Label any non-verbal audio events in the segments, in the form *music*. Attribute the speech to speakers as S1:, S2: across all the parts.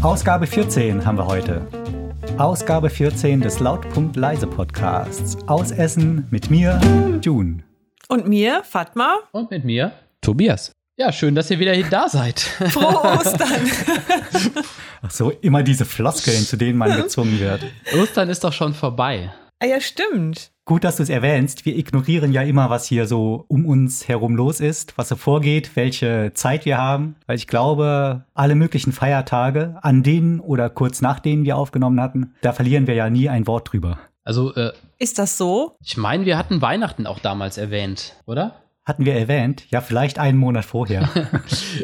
S1: Ausgabe 14 haben wir heute. Ausgabe 14 des Lautpunkt Leise Podcasts. Aus Essen mit mir, June.
S2: Und mir, Fatma.
S3: Und mit mir, Tobias. Ja, schön, dass ihr wieder hier da
S2: *laughs*
S3: seid.
S2: Frohe Ostern.
S1: Ach so, immer diese Floskeln, zu denen man gezwungen wird.
S3: Ostern ist doch schon vorbei.
S2: Ah ja, stimmt.
S1: Gut, dass du es erwähnst. Wir ignorieren ja immer, was hier so um uns herum los ist, was so vorgeht, welche Zeit wir haben. Weil ich glaube, alle möglichen Feiertage, an denen oder kurz nach denen wir aufgenommen hatten, da verlieren wir ja nie ein Wort drüber.
S3: Also, äh,
S2: Ist das so?
S3: ich meine, wir hatten Weihnachten auch damals erwähnt, oder?
S1: Hatten wir erwähnt? Ja, vielleicht einen Monat vorher.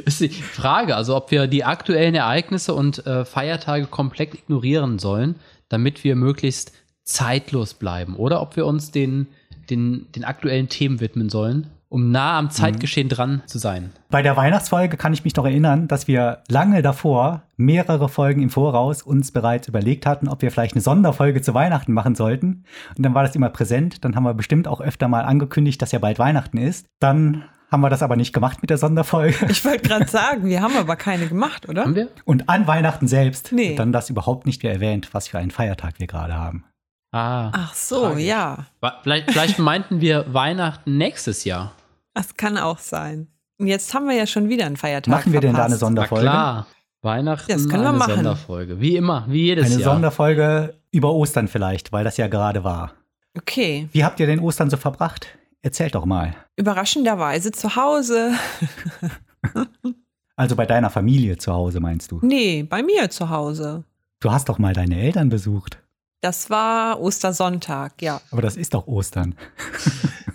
S3: Ist die Frage, also ob wir die aktuellen Ereignisse und äh, Feiertage komplett ignorieren sollen, damit wir möglichst zeitlos bleiben. Oder ob wir uns den, den, den aktuellen Themen widmen sollen, um nah am Zeitgeschehen dran zu sein.
S1: Bei der Weihnachtsfolge kann ich mich noch erinnern, dass wir lange davor, mehrere Folgen im Voraus, uns bereits überlegt hatten, ob wir vielleicht eine Sonderfolge zu Weihnachten machen sollten. Und dann war das immer präsent. Dann haben wir bestimmt auch öfter mal angekündigt, dass ja bald Weihnachten ist. Dann haben wir das aber nicht gemacht mit der
S2: *laughs*
S1: Sonderfolge.
S2: Ich wollte gerade sagen, wir haben aber keine gemacht, oder?
S3: Haben wir?
S1: Und an Weihnachten selbst
S2: Nee.
S1: wird dann das überhaupt nicht mehr erwähnt, was für einen Feiertag wir gerade haben.
S3: Ah.
S2: Ach so, ja.
S3: Wa- Vielleicht, vielleicht meinten wir Weihnachten nächstes Jahr.
S2: Das kann auch sein. Und jetzt haben wir ja schon wieder einen Feiertag.
S1: Machen wir denn da eine
S2: verpasst.
S3: Na
S1: Sonderfolge?
S3: klar. Weihnachten
S2: Das können wir
S3: eine
S2: machen.
S3: Sonderfolge. Wie immer, wie jedes
S1: Eine
S3: Jahr.
S1: Sonderfolge über Ostern vielleicht, weil das ja gerade war.
S2: Okay.
S1: Wie habt ihr denn Ostern so verbracht? Erzählt doch mal.
S2: Überraschenderweise zu Hause.
S1: Also bei deiner Familie zu Hause meinst du?
S2: Nee, bei mir zu Hause.
S1: Du hast doch mal deine Eltern besucht.
S2: Das war Ostersonntag, ja.
S1: Aber das ist doch Ostern.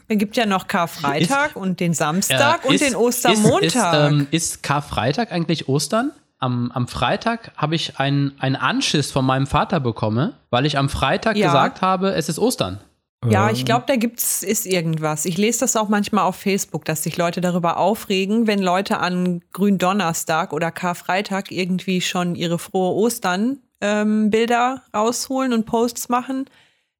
S2: Es gibt ja noch Karfreitag und den Samstag
S3: Äh,
S2: und
S3: ist-
S2: den Ostermontag.
S3: Ist, ist, ähm, ist Karfreitag eigentlich Ostern? Am, am Freitag habe ich einen, einen Anschiss von meinem Vater bekommen, weil ich am Freitag
S2: Ja.
S3: gesagt habe, es ist Ostern.
S2: Ja,
S1: Äh,
S2: ich glaube, da gibt's ist irgendwas. Ich lese das auch manchmal auf Facebook, dass sich Leute darüber aufregen, wenn Leute an Gründonnerstag oder Karfreitag irgendwie schon ihre frohe Ostern ähm, Bilder rausholen und Posts machen.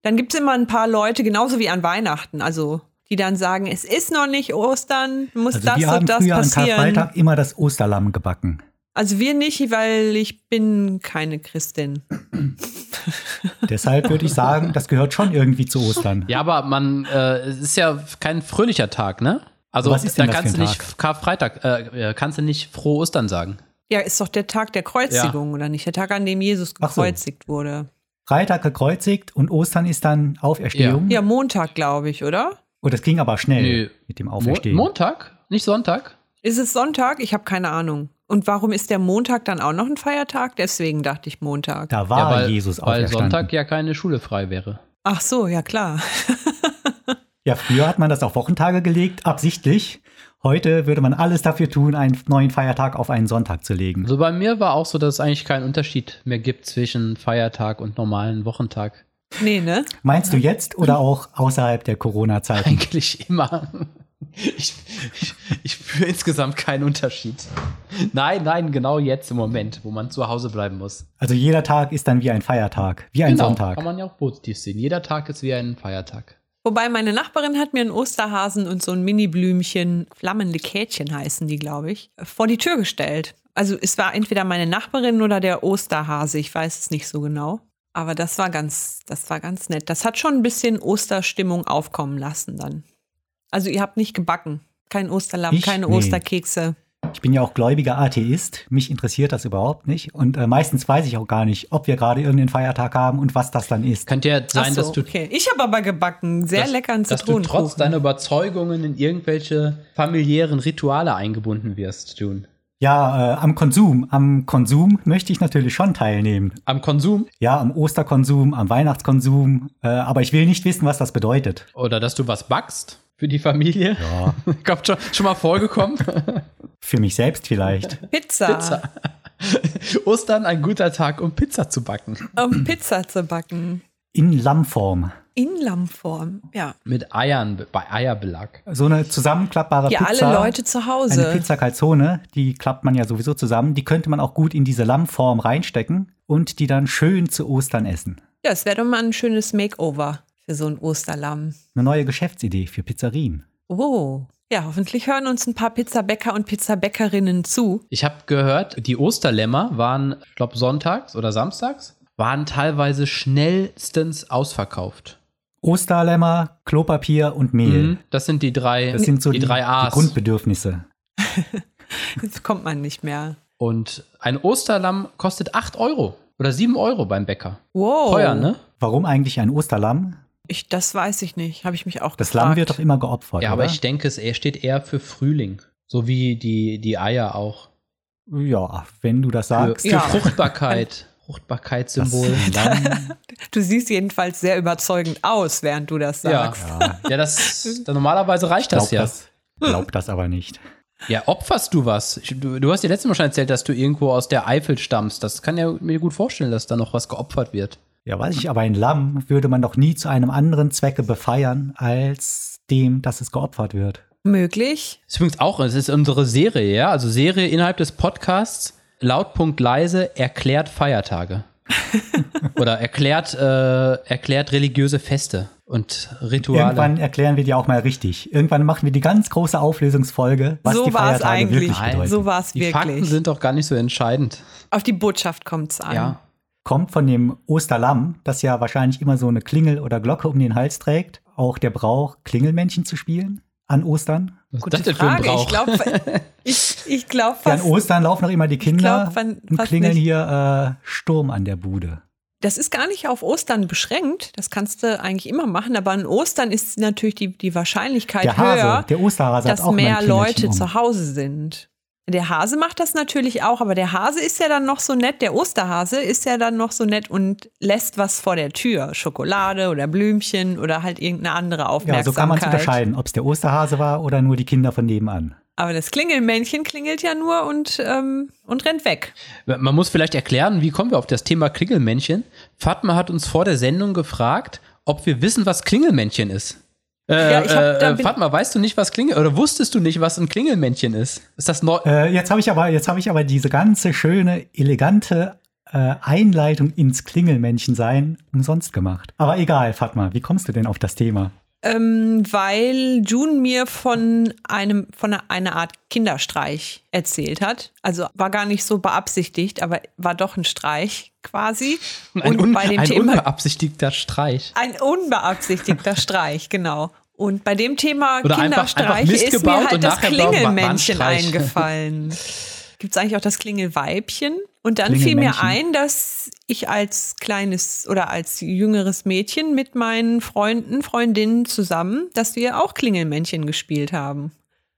S2: Dann gibt's immer ein paar Leute, genauso wie an Weihnachten, also die dann sagen, es ist noch nicht Ostern, muss
S1: Also
S2: das
S1: wir haben
S2: und das
S1: früher an
S2: passieren.
S1: Karfreitag immer das Osterlamm gebacken.
S2: Also wir nicht, weil ich bin keine Christin.
S1: Deshalb würde ich sagen, das gehört schon irgendwie zu Ostern.
S3: Ja, aber man, äh, es ist ja kein fröhlicher Tag, ne? Also
S1: Was ist denn
S3: da
S1: das
S3: kannst
S1: für
S3: du
S1: ein
S3: nicht Karfreitag, äh, äh, kannst du nicht frohe Ostern sagen.
S2: Ja, ist doch der Tag der Kreuzigung, oder nicht? Der Tag, an dem Jesus
S1: Ach so.
S2: gekreuzigt wurde.
S1: Freitag gekreuzigt und Ostern ist dann Auferstehung.
S2: Ja, Montag, glaube ich, oder?
S1: Und das ging aber schnell
S3: Nö.
S1: mit dem
S3: Mo
S1: Auferstehen.
S3: Montag, nicht Sonntag.
S2: Ist es Sonntag? Ich habe keine Ahnung. Und warum ist der Montag dann auch noch ein Feiertag? Deswegen dachte ich Montag.
S1: Da war
S3: weil,
S1: Ah, Jesus
S3: weil
S1: auferstanden.
S3: Sonntag ja keine Schule frei wäre.
S2: Ach so, ja klar. *laughs*
S1: ja, früher hat man das auf Wochentage gelegt, absichtlich. Heute würde man alles dafür tun, einen neuen Feiertag auf einen Sonntag zu legen.
S3: Also bei mir war auch so, dass es eigentlich keinen Unterschied mehr gibt zwischen Feiertag und normalen Wochentag. *laughs*
S2: Nee, ne?
S1: Meinst du jetzt oder auch außerhalb der Corona-Zeiten?
S3: Eigentlich immer. Ich, ich, ich spüre insgesamt keinen Unterschied. Nein, nein, genau jetzt im Moment, wo man zu Hause bleiben muss.
S1: Also jeder Tag ist dann wie ein Feiertag, wie ein
S3: genau,
S1: Sonntag.
S3: kann man ja auch positiv sehen. Jeder Tag ist wie ein Feiertag.
S2: Wobei meine Nachbarin hat mir einen Osterhasen und so ein Mini-Blümchen, flammende Kätchen heißen die, glaube ich, vor die Tür gestellt. Also es war entweder meine Nachbarin oder der Osterhase, ich weiß es nicht so genau. Aber das war ganz, das war ganz nett. Das hat schon ein bisschen Osterstimmung aufkommen lassen dann. Also ihr habt nicht gebacken. Kein Osterlamm,
S1: Ich?
S2: keine
S1: Nee.
S2: Osterkekse.
S1: Ich bin ja auch gläubiger Atheist. Mich interessiert das überhaupt nicht. Und äh, meistens weiß ich auch gar nicht, ob wir gerade irgendeinen Feiertag haben und was das dann ist.
S3: Könnte ja
S2: Ach
S3: sein,
S2: so,
S3: dass du
S2: okay. Ich habe aber gebacken, sehr
S3: dass,
S2: leckeren
S3: dass du trotz
S2: Zitronenkuchen.
S3: deiner Überzeugungen in irgendwelche familiären Rituale eingebunden wirst, June.
S1: Ja, äh, am Konsum. Am Konsum möchte ich natürlich schon teilnehmen.
S3: Am Konsum
S1: Ja, am Osterkonsum, am Weihnachtskonsum. Äh, aber ich will nicht wissen, was das bedeutet.
S3: Oder dass du was backst für die Familie.
S1: Ja.
S3: *laughs* Kommt schon, schon mal vorgekommen.
S1: Für mich selbst vielleicht.
S2: *laughs* Pizza,
S3: Ostern ein guter Tag, um Pizza zu backen.
S2: um Pizza zu backen.
S1: In Lammform.
S2: In Lammform, ja.
S3: Mit Eiern, bei Eierbelag.
S1: So eine zusammenklappbare
S2: Ja,
S1: Pizza.
S2: alle Leute zu Hause.
S1: Eine Pizza Calzone, die klappt man ja sowieso zusammen. Die könnte man auch gut in diese Lammform reinstecken und die dann schön zu Ostern essen.
S2: Ja, es wäre doch mal ein schönes Makeover für so ein Osterlamm.
S1: Eine neue Geschäftsidee für Pizzerien.
S2: Oh. Ja, hoffentlich hören uns ein paar Pizzabäcker und Pizzabäckerinnen zu.
S3: Ich habe gehört, die Osterlämmer waren, ich glaube, sonntags oder samstags, waren teilweise schnellstens ausverkauft.
S1: Osterlämmer, Klopapier und Mehl.
S3: Mhm. Das sind die drei,
S1: Das sind so
S3: die,
S1: die,
S3: drei A's.
S1: die Grundbedürfnisse.
S2: Jetzt kommt man nicht mehr.
S3: und ein Osterlamm kostet 8 Euro oder 7 Euro beim Bäcker.
S2: Wow.
S1: Oh.
S3: Teuer, ne?
S1: Warum eigentlich ein Osterlamm?
S2: Ich, das weiß ich nicht. Habe ich mich auch
S1: Das
S2: gefragt.
S1: Lamm wird doch immer geopfert.
S3: Ja, aber
S1: oder?
S3: ich denke, es eher- steht eher für Frühling. So wie die, die Eier auch.
S1: ja, wenn du das
S3: Für,
S1: sagst.
S3: für
S1: *laughs*
S2: Ja.
S3: Fruchtbarkeit. Fruchtbarkeitssymbol. Lamm.
S2: Du siehst jedenfalls sehr überzeugend aus, während du das
S3: Ja.
S2: sagst.
S3: *laughs*
S1: Ja,
S3: ja, das dann normalerweise reicht
S1: glaub
S3: das ja.
S1: das, glaub das aber nicht.
S3: Ja, opferst du was? Ich- Du, du hast dir letztes Mal schon erzählt, dass du irgendwo aus der Eifel stammst. Das kann ja mir gut vorstellen, dass da noch was geopfert wird.
S1: Ja, weiß ich, aber ein Lamm würde man doch nie zu einem anderen Zwecke befeiern, als dem, dass es geopfert wird.
S2: Möglich?
S3: Das ist übrigens auch, es ist unsere Serie, ja? Also Serie innerhalb des Podcasts, Lautpunkt leise, erklärt *laughs* Feiertage. Oder erklärt, äh, erklärt religiöse Feste und Rituale.
S1: Irgendwann erklären wir dir auch mal richtig. Irgendwann machen wir die ganz große Auflösungsfolge, was
S2: so
S1: die
S2: war es
S1: Feiertage
S2: eigentlich.
S1: wirklich bedeuten.
S2: So war es
S3: Die Fakten
S2: wirklich.
S3: sind doch gar nicht so entscheidend.
S2: Auf die Botschaft kommt es an.
S3: Ja.
S1: Kommt von dem Osterlamm, das ja wahrscheinlich immer so eine Klingel oder Glocke um den Hals trägt, auch der Brauch, Klingelmännchen zu spielen an Ostern.
S3: Was
S2: Gute
S3: ist das denn für ein
S2: Frage.
S3: Brauch?
S2: Ich
S1: *laughs*
S2: glaube ich, ich glaub
S1: Ja, an
S2: fast.
S1: Ostern laufen noch immer die Kinder
S2: glaub, wann-
S1: und
S2: fast
S1: klingeln
S2: nicht.
S1: hier äh, Sturm an der Bude.
S2: Das ist gar nicht auf Ostern beschränkt. Das kannst du eigentlich immer machen. Aber an Ostern ist natürlich die, die Wahrscheinlichkeit
S1: Der Hase,
S2: höher,
S1: der Osterhase hat
S2: dass
S1: auch immer
S2: mehr
S1: ein Klingelchen
S2: Leute
S1: um.
S2: zu Hause sind. Der Hase macht das natürlich auch, aber der Hase ist ja dann noch so nett, der Osterhase ist ja dann noch so nett und lässt was vor der Tür. Schokolade oder Blümchen oder halt irgendeine andere
S1: Ja,
S2: Aufmerksamkeit.
S1: so kann man es unterscheiden, ob es der Osterhase war oder nur die Kinder von nebenan.
S2: Aber das Klingelmännchen klingelt ja nur und, ähm, und rennt weg.
S3: Man muss vielleicht erklären, wie kommen wir auf das Thema Klingelmännchen? Fatma hat uns vor der Sendung gefragt, ob wir wissen, was Klingelmännchen ist. Äh,
S2: Ja, ich hab- da
S3: äh, äh,
S2: bin-
S3: Fatma, weißt du nicht, was Klingel oder wusstest du nicht, was ein Klingelmännchen ist? Ist das neu?
S1: Äh, jetzt habe ich, aber- jetzt hab ich aber diese ganze schöne, elegante äh, Einleitung ins Klingelmännchensein umsonst gemacht. Aber egal, Fatma, wie kommst du denn auf das Thema?
S2: Ähm, weil June mir von einem von einer Art Kinderstreich erzählt hat. Also war gar nicht so beabsichtigt, aber war doch ein Streich quasi.
S3: ein
S2: und
S3: un-
S2: bei dem
S3: ein
S2: Thema
S3: unbeabsichtigter Streich.
S2: ein
S3: *laughs*
S2: unbeabsichtigter Streich, genau. Und bei dem Thema
S3: Oder einfach- einfach
S2: Kinderstreich
S3: Mist
S2: ist mir
S3: gebaut
S2: halt
S3: und
S2: das
S3: nachher war- war ein
S2: Klingelmännchen
S3: Streich. *laughs*
S2: eingefallen. Gibt es eigentlich auch das Klingelweibchen? Und dann fiel mir
S1: Klingelmännchen.
S2: ein, dass ich als kleines oder als jüngeres Mädchen mit meinen Freunden, Freundinnen zusammen, dass wir auch Klingelmännchen gespielt haben.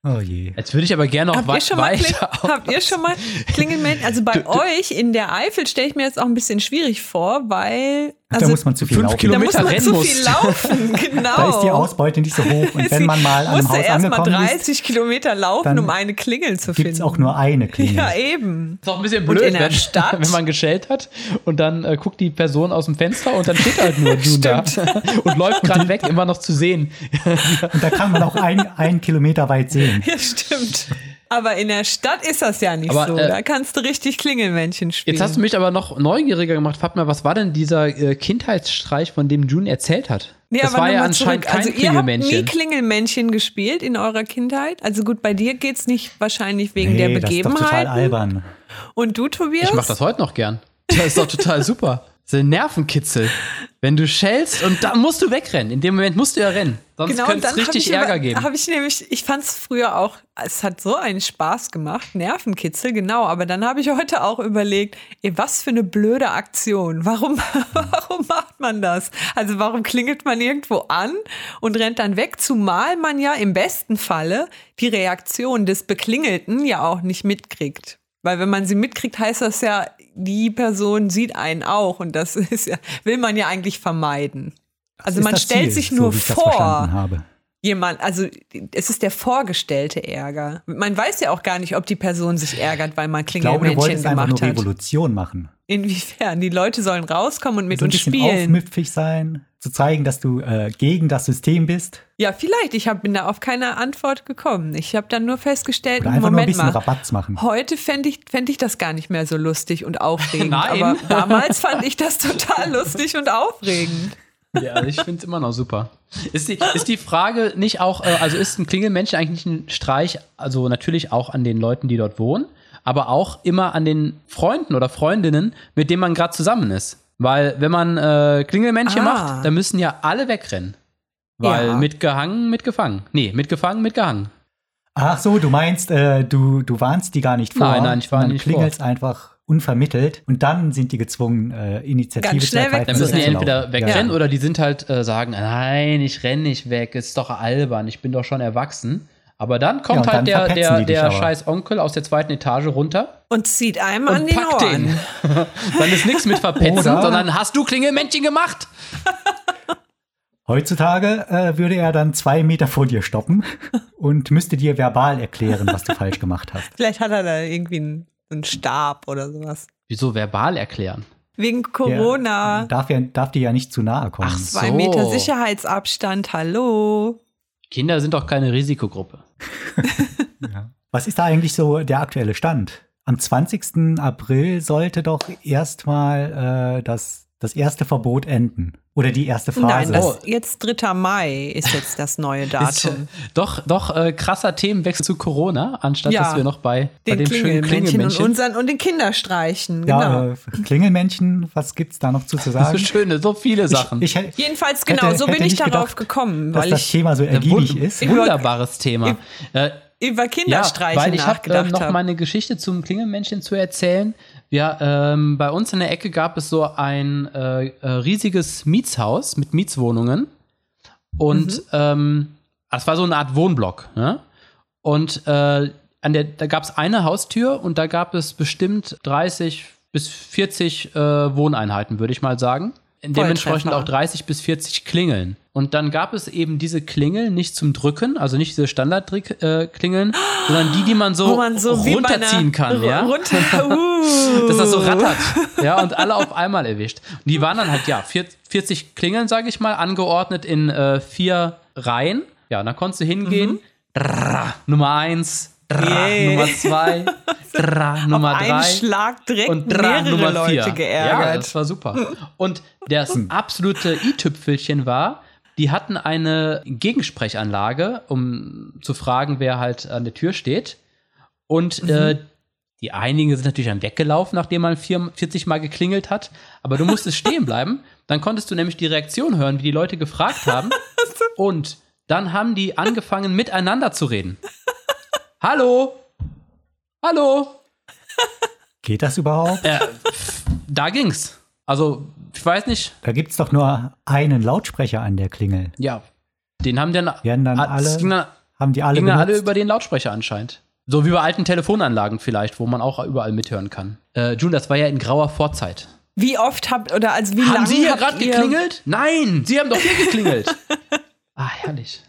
S1: Oh je.
S3: Jetzt würde ich aber gerne auch
S2: Habt
S3: wa-
S2: ihr, schon mal Kling-
S3: weiter. auf-
S2: habt ihr schon mal Klingelmännchen? Also bei euch in der Eifel stelle ich mir jetzt auch ein bisschen schwierig vor, weil. Also
S1: da muss man zu viel
S3: fünf
S1: laufen.
S2: da
S3: Kilometer
S2: muss man
S3: rennen
S2: zu
S3: musst.
S2: viel
S1: *laughs*
S2: laufen, genau.
S1: Da ist die Ausbeute nicht so hoch.
S2: *laughs*
S1: Und wenn man mal an einem
S2: musste
S1: Haus
S2: erst mal
S1: angekommen ist,
S2: 30 Kilometer laufen,
S1: dann
S2: um eine Klingel zu
S1: gibt
S2: finden.
S1: es auch nur eine Klingel.
S2: *laughs* Ja, eben.
S3: Ist auch ein bisschen
S2: Und
S3: blöd,
S2: in der
S3: wenn,
S2: Stadt?
S3: wenn man geschellt hat und dann äh, guckt die Person aus dem Fenster und dann steht halt
S2: *laughs*
S3: nur June da *laughs* und läuft gerade weg, immer noch zu sehen.
S1: Und da kann man auch ein, einen Kilometer weit
S2: *laughs*
S1: sehen.
S2: Ja, stimmt. Aber in der Stadt ist das ja nicht
S3: Aber,
S2: so.
S3: äh,
S2: da kannst du richtig Klingelmännchen spielen.
S3: Jetzt hast du mich aber noch neugieriger gemacht, Fatma, was war denn dieser äh, Kindheitsstreich, von dem June erzählt hat?
S2: Nee,
S3: das
S2: aber
S3: war ja
S2: nochmal
S3: anscheinend
S2: zurück.
S3: kein
S2: also ihr habt nie
S3: Klingelmännchen.
S2: Klingelmännchen gespielt in eurer Kindheit. Also gut, bei dir geht es nicht wahrscheinlich wegen der
S1: das ist doch total
S2: Begebenheit. Also
S1: albern.
S2: Und du, Tobias?
S3: Ich mach das heute noch gern. *laughs* Das ist doch total super. Das ist ein Nervenkitzel. Wenn du schellst und dann musst du wegrennen. In dem Moment musst du ja rennen. Sonst
S2: Genau, und
S3: könnte
S2: dann
S3: es
S2: habe
S3: richtig
S2: ich,
S3: Ärger
S2: über-
S3: geben.
S2: hab ich nämlich, ich fand es früher auch, es hat so einen Spaß gemacht, Nervenkitzel, genau, aber dann habe ich heute auch überlegt, ey, was für eine blöde Aktion, warum, *laughs* warum macht man das? Also warum klingelt man irgendwo an und rennt dann weg, zumal man ja im besten Falle die Reaktion des Beklingelten ja auch nicht mitkriegt. Weil wenn man sie mitkriegt, heißt das ja, die Person sieht einen auch und das *laughs* ist ja, will man ja eigentlich vermeiden. Also
S1: Ist
S2: man
S1: das
S2: stellt
S1: Ziel,
S2: sich
S1: so
S2: nur
S1: wie ich das verstanden
S2: vor,
S1: habe.
S2: jemand, also es ist der vorgestellte Ärger. Man weiß ja auch gar nicht, ob die Person sich ärgert, weil man
S1: Ich glaube, du
S2: Klingelmännchen
S1: wolltest einfach nur
S2: gemacht hat.
S1: Revolution machen.
S2: Inwiefern? Die Leute sollen rauskommen und mit
S1: so ein
S2: uns
S1: bisschen
S2: spielen.
S1: aufmüpfig sein, zu zeigen, dass du äh, gegen das System bist.
S2: Ja, vielleicht. Ich hab, bin da auf keine Antwort gekommen. Ich habe dann nur festgestellt,
S1: Oder einfach nur ein
S2: Moment
S1: bisschen
S2: mal.
S1: Rabatz machen.
S2: Heute fände ich, fänd ich das gar nicht mehr
S3: *laughs*
S2: so lustig und aufregend.
S3: Nein.
S2: *laughs* Aber damals fand ich das total lustig und aufregend.
S3: Ja, also ich finde es immer noch super. Ist die, ist die Frage nicht auch, äh, also ist ein Klingelmännchen eigentlich nicht ein Streich, also natürlich auch an den Leuten, die dort wohnen, aber auch immer an den Freunden oder Freundinnen, mit denen man gerade zusammen ist. Weil wenn man äh, Klingelmännchen
S2: Ah.
S3: macht, dann müssen ja alle wegrennen. Weil
S2: Ja.
S3: mitgehangen, mitgefangen. Nee, mitgefangen, mitgehangen.
S1: Ach so, du meinst, äh, du, du warnst die gar nicht vor.
S3: Nein, nein, ich warne
S1: sondern
S3: nicht
S1: klingelst einfach unvermittelt und dann sind die gezwungen, äh, Initiative
S2: Ganz schnell weg.
S1: Also
S3: Dann müssen die
S1: wegzulaufen.
S3: entweder wegrennen
S1: Ja.
S3: oder die sind halt äh, sagen, nein, ich renne nicht weg, ist doch albern, ich bin doch schon erwachsen. Aber dann kommt
S1: und
S3: halt
S1: dann
S3: der,
S1: verpetzen
S3: der,
S1: die dich
S3: der
S1: aber.
S3: scheiß Onkel aus der zweiten Etage runter
S2: Und zieht einem an
S3: und
S2: die
S3: packt den. *laughs*
S2: Ohren.
S3: dann ist nichts mit verpetzen,
S1: Oder-
S3: sondern hast du Klingelmännchen gemacht?
S1: Heutzutage äh, würde er dann zwei Meter vor dir
S3: *laughs*
S1: stoppen und müsste dir verbal erklären, was du falsch gemacht
S3: *laughs*
S1: hast.
S2: Vielleicht hat er da irgendwie einen, einen Stab oder sowas.
S3: Wieso verbal erklären?
S2: Wegen
S1: Der
S2: Corona.
S1: Darf, ja, darf dir ja nicht zu nahe kommen.
S3: Ach so.
S2: Zwei Meter Sicherheitsabstand, hallo.
S3: Kinder sind doch keine Risikogruppe.
S1: Was ist da eigentlich so der aktuelle Stand? Am 20. April sollte doch erstmal äh, das, das erste Verbot enden. Oder die erste Phase.
S2: Nein,
S3: Oh.
S2: das jetzt 3. Mai ist jetzt das neue
S3: Ist, äh,
S2: Datum.
S3: doch, doch äh, krasser Themenwechsel zu Corona, anstatt
S2: Ja.
S3: dass wir noch bei,
S2: Den
S3: bei dem schönen
S2: Klingelmännchen und,
S3: Klingelmännchen.
S2: unseren, und den Kinderstreichen,
S1: ja,
S2: genau.
S1: äh, Klingelmännchen, was gibt's da noch zu, zu sagen?
S3: *laughs* So schöne, so viele Sachen.
S1: Ich, ich hätte-
S2: Jedenfalls genau,
S1: hätte-
S2: so
S1: hätte
S2: bin
S1: nicht
S2: ich darauf
S1: gedacht,
S2: gekommen,
S1: dass
S2: weil
S1: das
S2: ich
S1: Thema so ergiebig
S3: Wund-
S1: ist.
S3: Wunderbares Thema. Äh,
S2: über Kinderstreichen
S3: weil ich habe ähm,
S2: nachgedacht
S3: noch
S2: habe.
S3: mal eine Geschichte zum Klingelmännchen zu erzählen. Ja, ähm, bei uns in der Ecke gab es so ein äh, äh, riesiges Mietshaus mit Mietswohnungen und ähm, das war so eine Art Wohnblock. Ne? Und äh, an der, da gab es eine Haustür und da gab es bestimmt 30 bis 40 äh, Wohneinheiten, würde ich mal sagen. Dementsprechend
S2: Volltreffer.
S3: auch 30 bis 40 Klingeln. Und dann gab es eben diese Klingeln nicht zum Drücken, also nicht diese
S2: *gasps*
S3: Standard-Klingeln, sondern die, die man so,
S2: wo man so wie bei einer- *laughs*
S3: runterziehen kann.
S2: ru-
S3: Ja?
S2: Runter, uh.
S3: dass das so rattert. Ja, und alle auf einmal erwischt. Und die waren dann halt, ja, vier- 40 Klingeln, sage ich mal, angeordnet in äh, vier Reihen. Ja, und dann konntest du hingehen. Drrrr, Nummer eins, drrrr,
S2: Mhm. Yay.
S3: Nummer
S2: *laughs*
S3: zwei, drrrr, Nummer
S2: Auf
S3: drei.
S2: einen Schlag direkt
S3: und drrrr,
S2: mehrere
S3: Nummer
S2: Leute
S3: vier. Ja,
S2: geärgert.
S3: das war super. Und
S2: *laughs*
S3: das absolute i-Tüpfelchen war, die hatten eine Gegensprechanlage, um zu fragen, wer halt an der Tür steht. Und
S2: Mhm.
S3: äh, die einigen sind natürlich dann weggelaufen, nachdem man vier- 40 Mal geklingelt hat. Aber du musstest stehen bleiben. Dann konntest du nämlich die Reaktion hören, wie die Leute
S2: *laughs*
S3: gefragt haben. Und dann haben die angefangen, miteinander zu reden. Hallo! Hallo!
S1: Geht das überhaupt?
S3: Ja, pff, da ging's. Also, ich weiß nicht.
S1: Da gibt's doch nur einen Lautsprecher an der Klingel.
S3: Ja. Den haben dann,
S1: Werden dann
S3: Ah, das
S1: alle-
S3: ging dann,
S1: Haben die alle
S3: ging dann alle
S1: benutzt?
S3: über den Lautsprecher anscheinend. So wie bei alten Telefonanlagen vielleicht, wo man auch überall mithören kann. Äh, June, das war ja in grauer Vorzeit.
S2: Wie oft habt, oder also wie
S3: haben
S2: lange
S3: Sie hier
S2: habt
S3: gerade
S2: ihr-
S3: geklingelt? Nein, Sie haben doch hier
S2: *laughs*
S3: geklingelt. ah, herrlich.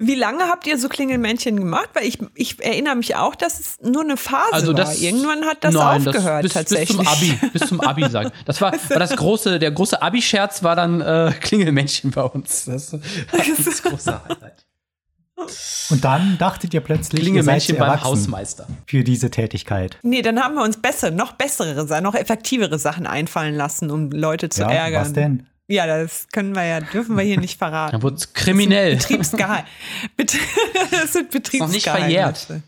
S2: Wie lange habt ihr so Klingelmännchen gemacht? Weil ich, ich erinnere mich auch, dass es nur eine Phase war. Irgendwann hat das
S3: Also nein,
S2: aufgehört
S3: bis,
S2: tatsächlich.
S3: Bis zum Abi, bis zum Abi sagen. Das war, war das große, der große Abi-Scherz war dann äh, Klingelmännchen bei uns. Das war
S2: *laughs*
S3: das große Highlight.
S1: Und dann dachtet ihr plötzlich, ihr seid
S3: Klingelmännchen beim
S1: erwachsen
S3: Hausmeister.
S1: für diese Tätigkeit.
S2: Nee, dann haben wir uns bessere, noch bessere, Sa- noch effektivere Sachen einfallen lassen, um Leute zu
S1: ja,
S2: ärgern.
S1: was denn?
S2: Ja, das können wir ja, dürfen wir hier nicht verraten.
S3: Dann wurde es kriminell. *laughs*
S2: Betriebsgeheim. Bet- *laughs* das sind
S3: noch nicht
S2: Betriebsgeheimnisse.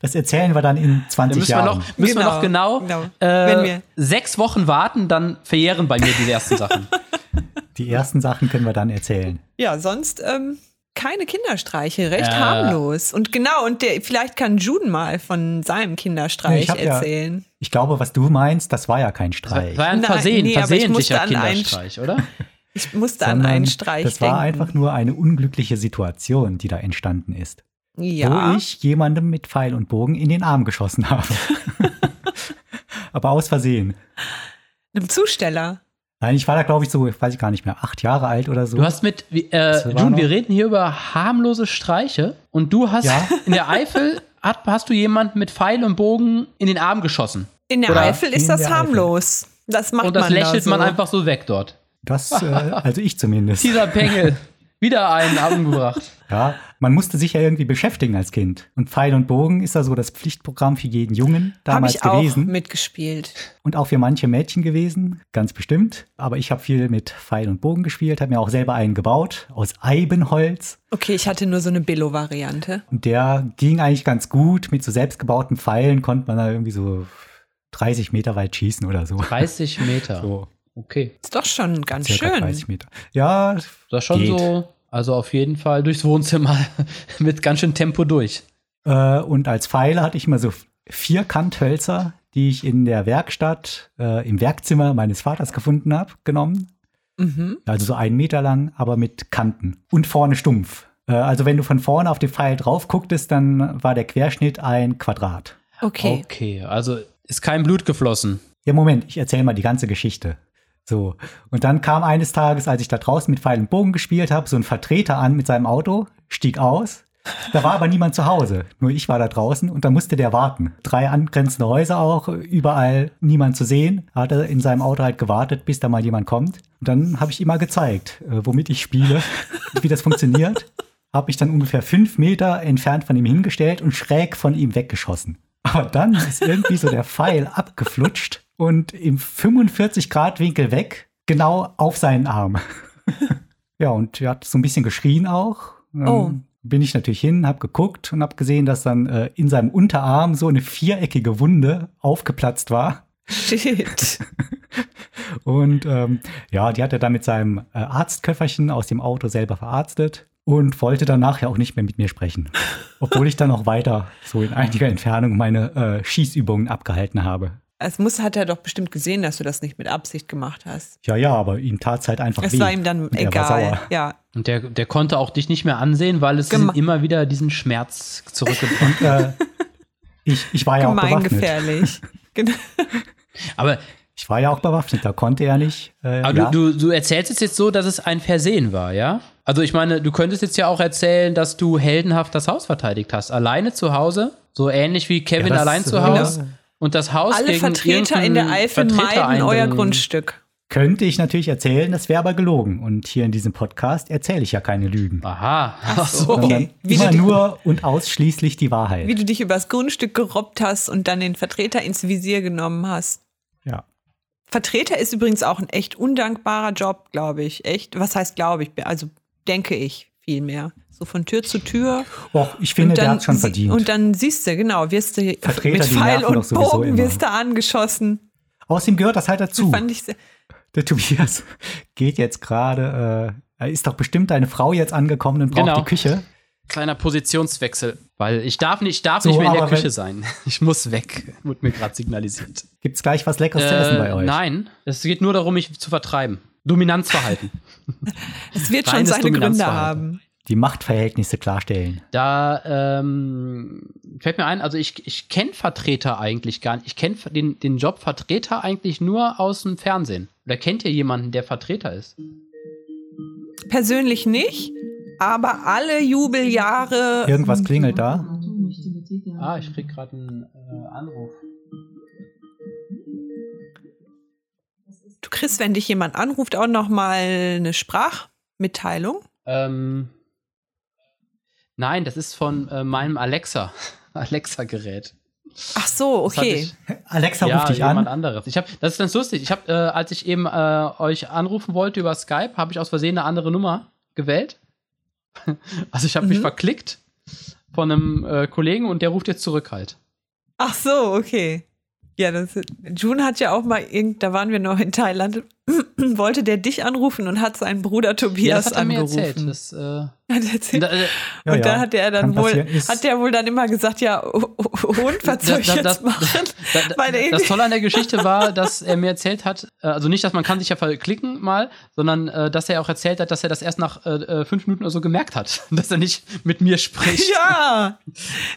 S1: Das erzählen wir dann in 20
S3: Dann müssen wir
S1: Jahren.
S3: noch, müssen wir noch
S2: Genau,
S3: genau,
S2: genau. Wenn
S3: Äh,
S2: wir-
S3: sechs Wochen warten, dann verjähren bei mir diese
S1: *laughs*
S3: ersten Sachen.
S1: Die ersten Sachen können wir dann erzählen.
S2: Ja, sonst ähm, keine Kinderstreiche, recht harmlos. Und genau, und der, vielleicht kann Jude mal von seinem Kinderstreich
S1: hab ja-
S2: erzählen.
S1: Ich glaube, was du meinst, das war ja kein
S3: Das
S1: Streich.
S3: war ein
S2: Nein,
S3: Versehen,
S2: nee, aber ich musste
S3: versehentlicher
S2: an einen-
S3: Kinderstreich, oder?
S2: Ich musste an
S1: sondern
S2: einen Streich
S1: das war
S2: denken.
S1: einfach nur eine unglückliche Situation, die da entstanden ist.
S2: ja.
S1: Wo ich jemandem mit Pfeil und Bogen in den Arm geschossen
S3: *laughs*
S1: habe. Aber aus Versehen.
S2: einem Zusteller.
S1: Nein, ich war da, glaube ich, so, weiß ich gar nicht mehr, acht Jahre alt oder so.
S3: Du hast mit, wie- äh,
S1: war
S3: Jun,
S1: noch-
S3: wir reden hier über harmlose Streiche und du hast
S1: Ja.
S3: *laughs* in der Eifel hat, hast du jemanden mit Pfeil und Bogen in den Arm geschossen.
S2: In der
S3: Oder
S2: Eifel
S1: in
S2: ist das
S1: der Eifel.
S2: harmlos. Das macht
S3: Und das
S2: man da
S3: lächelt
S2: so.
S3: man einfach so weg dort.
S1: Das, äh, also ich zumindest. *laughs*
S3: Dieser Pengel. Wieder einen umgebracht.
S1: Ja, man musste sich ja irgendwie beschäftigen als Kind. Und Pfeil und Bogen ist ja so das Pflichtprogramm für jeden Jungen
S2: Habe
S1: damals
S2: ich auch
S1: gewesen.
S2: mitgespielt.
S1: Und auch für manche Mädchen gewesen, ganz bestimmt. Aber ich habe viel mit Pfeil und Bogen gespielt, habe mir auch selber einen gebaut aus Eibenholz.
S2: Okay, ich hatte nur so eine Billo-Variante.
S1: Und der ging eigentlich ganz gut. Mit so selbstgebauten Pfeilen konnte man da irgendwie so 30 Meter weit schießen oder so.
S3: 30 Meter.
S1: So,
S3: Okay.
S2: Ist doch schon ganz
S1: circa
S2: schön.
S1: 30 Meter. Ja,
S3: Das ist schon
S1: Geht.
S3: so. Also auf jeden Fall durchs Wohnzimmer *laughs* mit ganz schön Tempo durch.
S1: äh, und als Pfeile hatte ich immer so vier Kanthölzer, die ich in der Werkstatt, äh, im Werkzimmer meines Vaters gefunden habe, genommen.
S2: Mhm.
S1: Also so einen Meter lang, aber mit Kanten. Und vorne stumpf. Äh, Also wenn du von vorne auf den Pfeil drauf gucktest, dann war der Querschnitt ein Quadrat.
S2: Okay.
S3: okay. Also ist kein Blut geflossen.
S1: Ja, Moment, ich erzähle mal die ganze Geschichte. So. Und dann kam eines Tages, als ich da draußen mit Pfeil und Bogen gespielt habe, so ein Vertreter an mit seinem Auto, stieg aus. Da war aber niemand zu Hause. Nur ich war da draußen und da musste der warten. Drei angrenzende Häuser auch, überall niemand zu sehen. Hat er in seinem Auto halt gewartet, bis da mal jemand kommt. Und dann habe ich ihm mal gezeigt, äh, womit ich spiele, und wie das funktioniert. Habe mich dann ungefähr fünf Meter entfernt von ihm hingestellt und schräg von ihm weggeschossen. Aber dann ist irgendwie so der Pfeil abgeflutscht und im 45-Grad-Winkel weg, genau auf seinen Arm. ja, und er hat so ein bisschen geschrien auch. Ähm,
S2: Oh.
S1: Bin ich natürlich hin, hab geguckt und hab gesehen, dass dann äh, in seinem Unterarm so eine viereckige Wunde aufgeplatzt war.
S2: Shit. *laughs*
S1: Und ähm, ja, die hat er dann mit seinem äh, Arztköfferchen aus dem Auto selber verarztet und wollte danach ja auch nicht mehr mit mir
S2: *laughs*
S1: sprechen. Obwohl ich dann auch weiter so in einiger Entfernung meine äh, Schießübungen abgehalten habe.
S2: Es muss, hat er doch bestimmt gesehen, dass du das nicht mit Absicht gemacht hast.
S1: Ja, ja, aber ihm tat es halt einfach
S2: Es
S1: weh.
S2: war ihm dann
S1: Und er war
S2: egal.
S1: sauer.
S2: Ja.
S3: Und der, der konnte auch dich nicht mehr ansehen, weil es
S2: Gema-
S3: immer wieder diesen Schmerz
S2: *laughs*
S3: zurückgebracht hat.
S1: Äh, ich, ich war ja auch bewaffnet.
S2: Gemeingefährlich. *laughs* Genau.
S3: Aber,
S1: Ich war ja auch bewaffnet, da konnte er nicht. Äh,
S3: aber
S1: ja.
S3: du, du, du erzählst es jetzt so, dass es ein Versehen war, ja? Also ich meine, du könntest jetzt ja auch erzählen, dass du heldenhaft das Haus verteidigt hast. Alleine zu Hause, so ähnlich wie Kevin
S1: Ja, das-
S3: allein zu
S1: ja.
S3: Hause. Und das Haus
S2: Alle
S3: gegen
S2: Vertreter in der
S3: irgendeinen
S2: Eifel
S3: Vertreter
S2: meiden euer
S3: eindringen.
S2: Grundstück.
S1: Könnte ich natürlich erzählen, das wäre aber gelogen. Und hier in diesem Podcast erzähle ich ja keine Lügen.
S3: Aha. Ach so.
S1: Sondern
S2: okay. Wie
S1: Immer
S2: du-
S1: nur und ausschließlich die Wahrheit.
S2: Wie du dich übers Grundstück gerobbt hast und dann den Vertreter ins Visier genommen hast.
S1: ja.
S2: Vertreter ist übrigens auch ein echt undankbarer Job, glaube ich. Echt? Was heißt glaube ich? Also denke ich vielmehr. So von Tür zu Tür.
S1: Och, ich finde, der hat schon
S2: sie-
S1: verdient.
S2: Und dann siehst du, genau, wirst du
S1: Vertreter,
S2: mit
S1: die
S2: Pfeil
S1: nerven doch
S2: und
S1: sowieso
S2: Bogen
S1: immer.
S2: wirst du angeschossen.
S1: Außerdem gehört das halt dazu.
S2: Fand ich sehr,
S1: Der Tobias *laughs* geht jetzt gerade, äh, er ist doch bestimmt deine Frau jetzt angekommen und braucht
S3: Genau.
S1: die Küche.
S3: Kleiner Positionswechsel, weil ich darf nicht, ich darf
S1: So,
S3: nicht mehr in der
S1: aber wenn-
S3: Küche sein. *laughs* Ich muss weg, wurde mir gerade signalisiert.
S1: Gibt's gleich was Leckeres zu essen bei euch?
S3: Äh, Nein, es geht nur darum, mich zu vertreiben.
S1: *laughs*
S3: Dominanzverhalten.
S2: es wird schon
S3: Reines
S2: seine Gründe
S3: Dominanzverhalten.
S2: haben.
S1: Die Machtverhältnisse klarstellen.
S3: Da ähm, fällt mir ein, also ich, ich kenne Vertreter eigentlich gar nicht. Ich kenne den, den Job Vertreter eigentlich nur aus dem Fernsehen. Oder kennt ihr jemanden, der Vertreter ist?
S2: Persönlich nicht, aber alle Jubeljahre
S1: Irgendwas klingelt da.
S3: Ah, ich krieg gerade einen äh, Anruf.
S2: Du kriegst, wenn dich jemand anruft, auch noch mal eine Sprachmitteilung.
S3: Ähm, nein, das ist von äh, meinem Alexa. *laughs* Alexa-Gerät.
S2: Ach so,
S3: Das hatte
S2: okay.
S3: ich-
S1: Alexa
S3: ja,
S1: ruft dich
S3: jemand
S1: an.
S3: anderes. Ich hab, das ist ganz lustig. Ich habe, äh, als ich eben äh, euch anrufen wollte über Skype, habe ich aus Versehen eine andere Nummer gewählt. *laughs* Also ich habe mich
S2: Mhm.
S3: verklickt von einem äh, Kollegen und der ruft jetzt zurück halt.
S2: Ach so, okay. Ja, das, June hat ja auch mal, irgend, da waren wir noch in Thailand, *clears throat* wollte der dich anrufen und hat seinen Bruder Tobias
S3: das hat er mir
S2: angerufen.
S3: erzählt. Das, äh, da,
S2: *laughs* Hat erzählt.
S3: äh,
S1: Ja,
S2: und
S1: ja,
S2: dann hat er dann
S1: kann
S2: wohl,
S1: passieren. Ist-
S2: hat der wohl dann immer gesagt, ja, *laughs* oh, oh, oh, Hund, was soll
S3: das,
S2: ich
S3: das,
S2: jetzt
S3: das,
S2: machen?
S3: da-
S2: *laughs*
S3: da-
S2: Weil er-
S3: das Tolle an der Geschichte war, dass er mir erzählt hat, äh, also nicht, dass man kann sich ja verklicken mal, sondern äh, dass er auch erzählt hat, dass er das erst nach äh, äh, fünf Minuten oder so gemerkt hat, *laughs* dass er nicht mit mir spricht.
S2: *laughs* ja,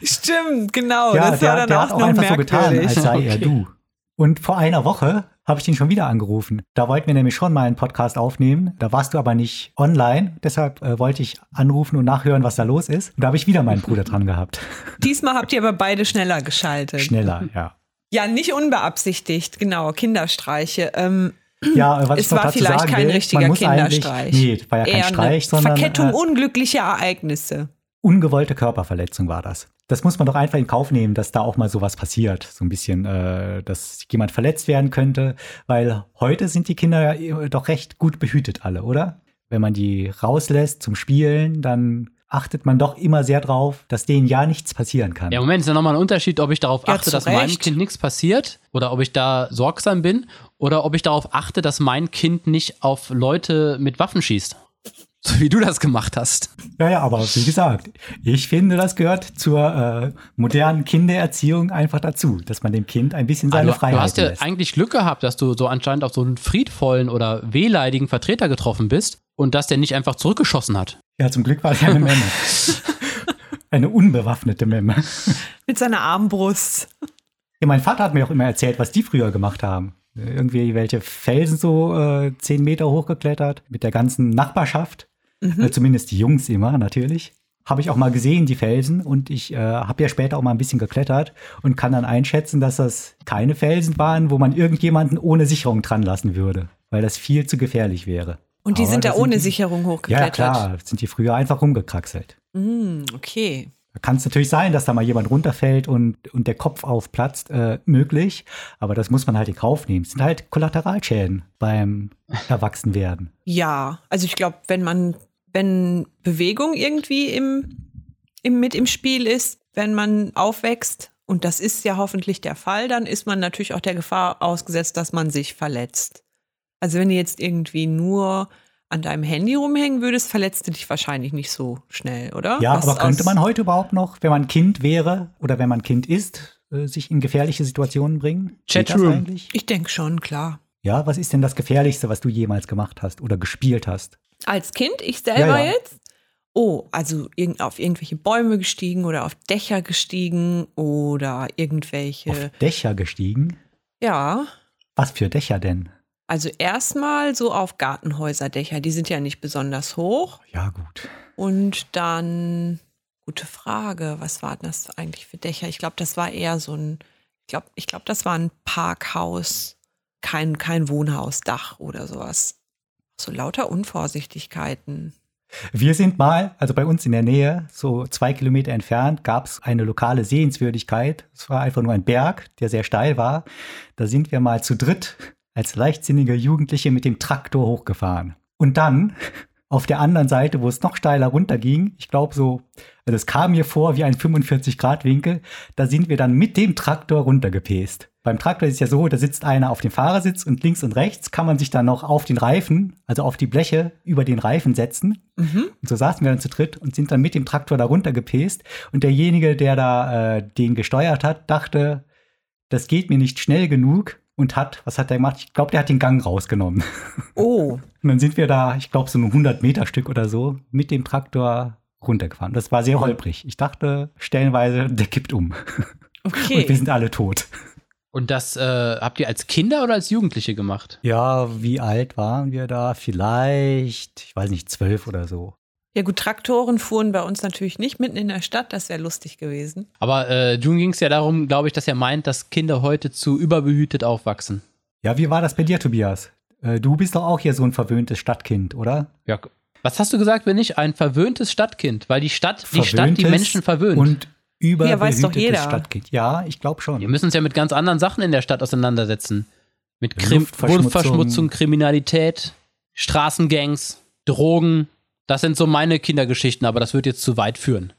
S2: stimmt, genau.
S1: ja,
S2: das
S1: der,
S2: war dann
S1: der
S2: auch
S1: hat auch
S2: noch
S1: einfach so getan, also-
S2: merkwürdig.
S1: als sei er
S3: Okay.
S1: du. Und vor einer Woche habe ich den schon wieder angerufen. Da wollten wir nämlich schon mal einen Podcast aufnehmen. Da warst du aber nicht online. Deshalb äh, wollte ich anrufen und nachhören, was da los ist. Und da habe ich wieder meinen Bruder dran gehabt.
S2: Diesmal habt ihr aber beide schneller geschaltet.
S1: Schneller, ja.
S2: Ja, nicht unbeabsichtigt, genau, Kinderstreiche. Ähm,
S1: Ja, äh, was ich
S2: Es
S1: noch
S2: war
S1: dazu
S2: vielleicht
S1: sagen
S2: kein
S1: will,
S2: richtiger
S1: man muss
S2: Kinderstreich.
S1: eigentlich- Nee, war ja kein
S2: Eher eine
S1: Streich, sondern
S2: Verkettung
S1: äh,
S2: unglücklicher Ereignisse.
S1: ungewollte Körperverletzung war das. Das muss man doch einfach in Kauf nehmen, dass da auch mal sowas passiert. So ein bisschen, äh, dass jemand verletzt werden könnte, weil heute sind die Kinder ja äh, doch recht gut behütet alle, oder? Wenn man die rauslässt zum Spielen, dann achtet man doch immer sehr drauf, dass denen ja nichts passieren kann.
S3: Ja, Moment, ist ja nochmal ein Unterschied, ob ich darauf
S2: Ja,
S3: achte,
S2: zu
S3: dass meinem
S2: Recht.
S3: Kind nichts passiert oder ob ich da sorgsam bin oder ob ich darauf achte, dass mein Kind nicht auf Leute mit Waffen schießt. So wie du das gemacht hast.
S1: Ja, ja, aber wie gesagt, ich finde, das gehört zur äh, modernen Kindererziehung einfach dazu, dass man dem Kind ein bisschen seine
S3: Also, du,
S1: Freiheit
S3: du hast ja
S1: lässt.
S3: eigentlich Glück gehabt, dass du so anscheinend auf so einen friedvollen oder wehleidigen Vertreter getroffen bist und dass der nicht einfach zurückgeschossen hat.
S1: Ja, zum Glück war es ja eine
S3: *laughs*
S1: Memme. eine unbewaffnete Memme.
S2: Mit seiner Armbrust.
S1: Ja, mein Vater hat mir auch immer erzählt, was die früher gemacht haben. Irgendwie welche Felsen so äh, zehn Meter hochgeklettert mit der ganzen Nachbarschaft.
S2: Mhm.
S1: Äh, zumindest die Jungs immer, natürlich. Habe ich auch mal gesehen, die Felsen. Und ich äh, habe ja später auch mal ein bisschen geklettert und kann dann einschätzen, dass das keine Felsen waren, wo man irgendjemanden ohne Sicherung dran lassen würde, weil das viel zu gefährlich wäre.
S2: Und die
S1: Aber
S2: sind da
S1: das
S2: ohne
S1: die-
S2: Sicherung
S1: Ja,
S2: hochgeklettert.
S1: klar, sind die früher einfach rumgekraxelt.
S2: Hm, okay.
S1: Da kann es natürlich sein, dass da mal jemand runterfällt und, und der Kopf aufplatzt, äh, möglich. Aber das muss man halt in Kauf nehmen. Es sind halt Kollateralschäden beim Erwachsenwerden.
S2: Ja, also ich glaube, wenn man, wenn Bewegung irgendwie im, im, mit im Spiel ist, wenn man aufwächst, und das ist ja hoffentlich der Fall, dann ist man natürlich auch der Gefahr ausgesetzt, dass man sich verletzt. Also wenn du jetzt irgendwie nur an deinem Handy rumhängen würdest, verletzt du dich wahrscheinlich nicht so schnell, oder?
S1: Ja,
S2: Was
S1: aber könnte
S2: aus-
S1: man heute überhaupt noch, wenn man Kind wäre oder wenn man Kind ist, äh, sich in gefährliche Situationen bringen? Geht das
S3: Chatroom.
S1: eigentlich?
S2: Ich denke schon, klar.
S1: Ja, was ist denn das Gefährlichste, was du jemals gemacht hast oder gespielt hast?
S2: Als Kind, ich selber
S1: Ja, ja.
S2: jetzt? Oh, also irgend, auf irgendwelche Bäume gestiegen oder auf Dächer gestiegen oder irgendwelche.
S1: Auf Dächer gestiegen?
S2: Ja,
S1: Was für Dächer denn?
S2: also erstmal so auf Gartenhäuserdächer, die sind ja nicht besonders hoch.
S1: Ja, gut.
S2: Und dann, gute Frage, was waren das eigentlich für Dächer? Ich glaube, das war eher so ein, ich glaube, ich glaub, das war ein Parkhaus, kein, kein Wohnhausdach oder sowas. So lauter Unvorsichtigkeiten.
S1: Wir sind mal, also bei uns in der Nähe, so zwei Kilometer entfernt, gab es eine lokale Sehenswürdigkeit. Es war einfach nur ein Berg, der sehr steil war. Da sind wir mal zu dritt als leichtsinnige Jugendliche mit dem Traktor hochgefahren. Und dann auf der anderen Seite, wo es noch steiler runterging, ich glaube so, also es kam mir vor wie ein 45-Grad-Winkel, da sind wir dann mit dem Traktor runtergepest. Beim Traktor ist es ja so, da sitzt einer auf dem Fahrersitz und links und rechts kann man sich dann noch auf den Reifen, also auf die Bleche über den Reifen setzen. Und so saßen wir dann zu dritt und sind dann mit dem Traktor da runtergepest. Und derjenige, der da äh, den gesteuert hat, dachte, das geht mir nicht schnell genug und hat, was hat er gemacht? Ich glaube, der hat den Gang rausgenommen. *laughs*
S2: Oh,
S1: Und dann sind wir da, ich glaube, so ein 100-Meter-Stück oder so mit dem Traktor runtergefahren. Das war sehr holprig. Ich dachte stellenweise, der kippt um. Und wir
S2: okay.
S1: sind alle tot.
S3: Und das äh, habt ihr als Kinder oder als Jugendliche gemacht?
S1: Ja, wie alt waren wir da? Vielleicht, ich weiß nicht, zwölf oder so.
S2: Ja gut, Traktoren fuhren bei uns natürlich nicht mitten in der Stadt, das wäre lustig gewesen.
S3: Aber äh, June ging es ja darum, glaube ich, dass er meint, dass Kinder heute zu überbehütet aufwachsen.
S1: Ja, wie war das bei dir, Tobias? Äh, Du bist doch auch hier so ein verwöhntes Stadtkind, oder?
S3: Ja. Was hast du gesagt, bin ich? Ein verwöhntes Stadtkind, weil die Stadt, die Stadt die
S1: Verwöhntes
S3: Menschen verwöhnt.
S1: Und über
S2: Ja, weiß doch jeder.
S1: Stadtkind. Ja, ich glaube schon.
S3: Wir müssen uns ja mit ganz anderen Sachen in der Stadt auseinandersetzen. Mit Krim
S1: Luftverschmutzung.
S3: Luftverschmutzung, Kriminalität, Straßengangs, Drogen. Das sind so meine Kindergeschichten, aber das wird jetzt zu
S1: *laughs*
S3: weit führen.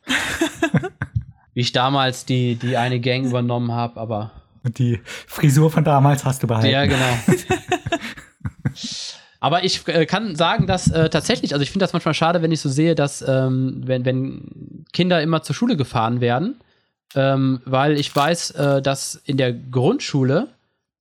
S3: Wie ich damals die, die eine Gang übernommen habe, aber.
S1: Und die Frisur von damals hast du behalten.
S3: Ja, genau. Aber ich äh, kann sagen, dass äh, tatsächlich, also ich finde das manchmal schade, wenn ich so sehe, dass ähm, wenn, wenn Kinder immer zur Schule gefahren werden, ähm, weil ich weiß, äh, dass in der Grundschule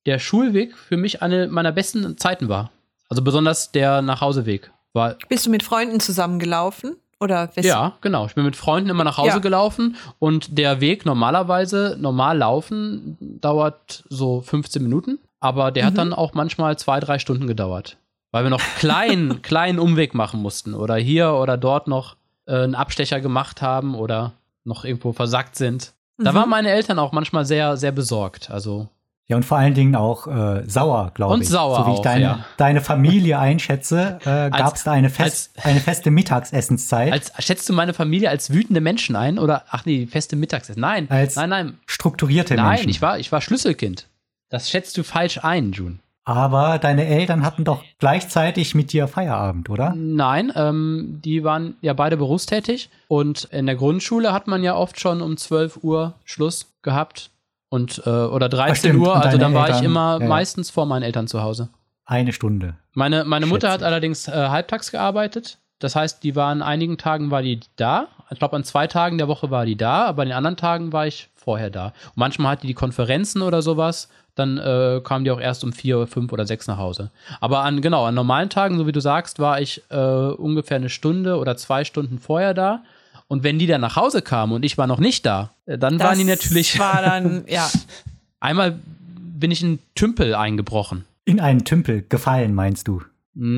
S3: der Schulweg für mich eine meiner besten Zeiten war. Also besonders der Nachhauseweg. War,
S2: Bist du mit Freunden zusammengelaufen? Oder bist
S3: ja, genau. Ich bin mit Freunden immer nach Hause
S2: Ja.
S3: gelaufen und der Weg normalerweise, normal laufen, dauert so 15 Minuten. Aber der
S2: Mhm.
S3: hat dann auch manchmal zwei, drei Stunden gedauert. Weil
S2: *laughs*
S3: wir noch kleinen, kleinen Umweg machen mussten. Oder hier oder dort noch äh, einen Abstecher gemacht haben oder noch irgendwo versackt sind. Da
S2: Mhm.
S3: waren meine Eltern auch manchmal sehr, sehr besorgt. Also
S1: Ja, und vor allen Dingen auch äh, sauer, glaube ich.
S3: Und sauer
S1: So wie ich
S3: auch,
S1: deine,
S3: ja.
S1: deine Familie einschätze,
S3: *laughs*
S1: äh, gab es da eine, fest, eine feste Mittagsessenszeit als,
S3: Als, schätzt du meine Familie als wütende Menschen ein? Oder, ach nee, feste Mittagessen. Nein,
S1: Als
S3: nein, nein.
S1: strukturierte
S3: Nein,
S1: Menschen.
S3: ich war, ich war Schlüsselkind. Das schätzt du falsch ein, June.
S1: Aber deine Eltern hatten doch gleichzeitig mit dir Feierabend, oder?
S3: Nein, ähm, die waren ja beide berufstätig. Und in der Grundschule hat man ja oft schon um 12 Uhr Schluss gehabt. Und, äh, oder 13
S1: stimmt,
S3: Uhr.
S1: und
S3: Also
S1: deine
S3: dann war
S1: Eltern,
S3: ich immer
S1: ja, ja.
S3: meistens vor meinen Eltern zu Hause.
S1: Eine Stunde.
S3: Meine, meine Mutter
S1: Schätze
S3: hat
S1: ich.
S3: allerdings äh, halbtags gearbeitet. Das heißt, die war an einigen Tagen war die da. Ich glaube, an zwei Tagen der Woche war die da, aber an den anderen Tagen war ich vorher da. Und manchmal hatte die Konferenzen oder sowas, dann äh, kam die auch erst um vier, fünf oder sechs nach Hause. Aber an, genau, an normalen Tagen, so wie du sagst, war ich äh, ungefähr eine Stunde oder zwei Stunden vorher da. Und wenn die dann nach Hause kamen und ich war noch nicht da, äh, dann waren die natürlich.
S2: war dann, ja,
S3: *laughs* einmal bin ich in Tümpel eingebrochen.
S1: In einen Tümpel gefallen, meinst du?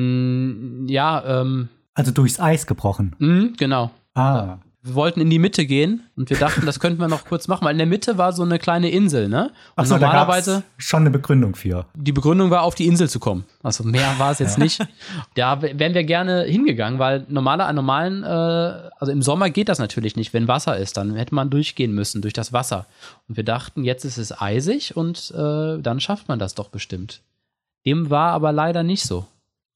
S3: Mm, ja, ähm,
S1: Also durchs Eis gebrochen.
S3: Mhm, genau.
S1: Ah,
S3: Wir wollten in die Mitte gehen und wir dachten, das könnten wir noch kurz machen, weil in der Mitte war so eine kleine Insel, ne? Und
S1: Ach so, da
S3: normalerweise,
S1: gab's schon eine Begründung für.
S3: die Begründung war, auf die Insel zu kommen. Also mehr war es jetzt nicht. Da w- wären wir gerne hingegangen, weil normaler, an normalen, äh, also im Sommer geht das natürlich nicht, wenn Wasser ist, dann hätte man durchgehen müssen durch das Wasser. Und wir dachten, jetzt ist es eisig und äh, dann schafft man das doch bestimmt. Dem war aber leider nicht so.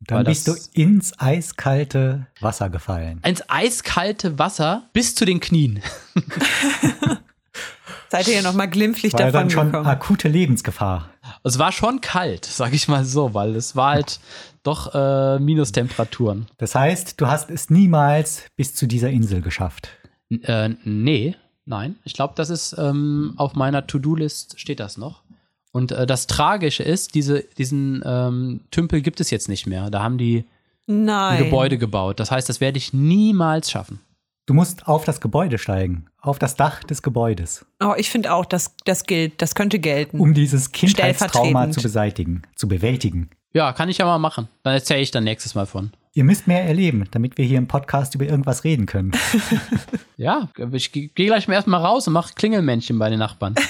S1: Dann
S3: Weil
S1: bist du
S3: das-
S1: ins eiskalte Wasser gefallen.
S3: Ins eiskalte Wasser bis zu den Knien.
S2: seid ihr ja noch mal glimpflich
S1: War ja
S2: davon
S1: dann schon
S2: gekommen.
S1: akute Lebensgefahr.
S3: Es war schon kalt, *laughs* sag ich mal so, weil es war halt doch äh, Minustemperaturen.
S1: Das heißt, du hast es niemals bis zu dieser Insel geschafft.
S3: N- Äh, nee, nein. Ich glaube, das ist ähm, auf meiner To-Do-List steht das noch. Und äh, das Tragische ist, diese, diesen ähm, Tümpel gibt es jetzt nicht mehr. Da haben die ein
S2: Nein.
S3: Gebäude gebaut. Das heißt, das werde ich niemals schaffen.
S1: Du musst auf das Gebäude steigen, auf das Dach des Gebäudes,
S2: Oh, ich finde auch, das, das gilt, das könnte gelten.
S1: um dieses Kindheitstrauma
S2: Stellvertretend.
S1: zu beseitigen, zu bewältigen.
S3: Ja, kann ich ja mal machen. Dann erzähle ich dann nächstes Mal von.
S1: Ihr müsst mehr erleben, damit wir hier im Podcast über irgendwas reden
S2: *laughs*
S1: können.
S3: Ja, ich gehe gleich mal erstmal raus und mache Klingelmännchen bei den *laughs* Nachbarn.
S2: *laughs*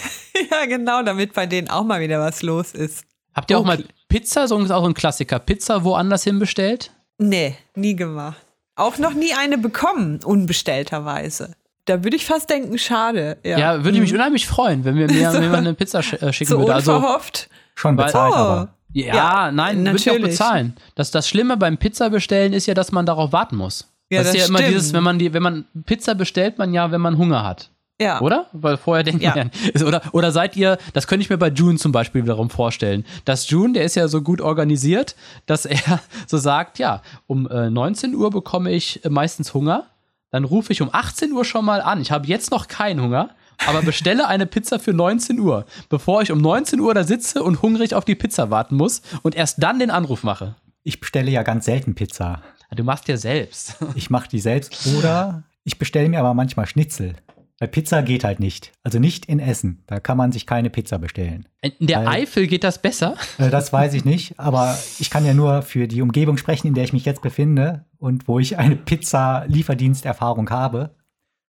S2: Ja, genau, damit bei denen auch mal wieder was los ist.
S3: Habt ihr auch mal
S2: Okay.
S3: Pizza? So ist auch so ein Klassiker. Pizza woanders hinbestellt?
S2: Nee, nie gemacht. Auch noch nie eine bekommen, unbestellterweise. Da würde ich fast denken, schade. Ja,
S3: Ja, würde
S2: Mhm.
S3: ich mich unheimlich freuen, wenn
S2: *laughs*
S3: mir mir jemand eine Pizza sch äh, schicken
S2: so
S3: würde. Also,
S2: unverhofft.
S1: Schon
S3: Weil-
S1: bezahlt,
S2: Oh.
S1: aber.
S3: ja,
S2: Ja,
S3: nein, würde ich auch
S2: natürlich.
S3: bezahlen. Das, das Schlimme beim Pizza bestellen ist ja, dass man darauf warten muss.
S2: Ja,
S3: das, ist
S2: das
S3: ja immer
S2: stimmt.
S3: dieses, wenn man die, wenn man Pizza bestellt, man ja, wenn man Hunger hat.
S2: ja.
S3: Oder? Weil vorher denkt
S2: Ja.
S3: man ja. Oder, oder seid ihr, das könnte ich mir bei June zum Beispiel wiederum vorstellen, dass June, der ist ja so gut organisiert, dass er *laughs* so sagt, ja, um äh, 19 Uhr bekomme ich äh, meistens Hunger, dann rufe ich um 18 Uhr schon mal an, ich habe jetzt noch keinen Hunger, aber bestelle eine Pizza für 19 Uhr, bevor ich um 19 Uhr da sitze und hungrig auf die Pizza warten muss und erst dann den Anruf mache.
S1: Ich bestelle ja ganz selten Pizza.
S3: Ah, Du machst ja selbst.
S1: Ich mache die selbst oder ich bestelle mir aber manchmal Schnitzel. Weil Pizza geht halt nicht. Also nicht in Essen. Da kann man sich keine Pizza bestellen.
S3: In der
S1: Weil-
S3: Eifel geht das besser.
S1: Äh, Das weiß ich nicht, aber ich kann ja nur für die Umgebung sprechen, in der ich mich jetzt befinde und wo ich eine Pizza-Lieferdiensterfahrung habe,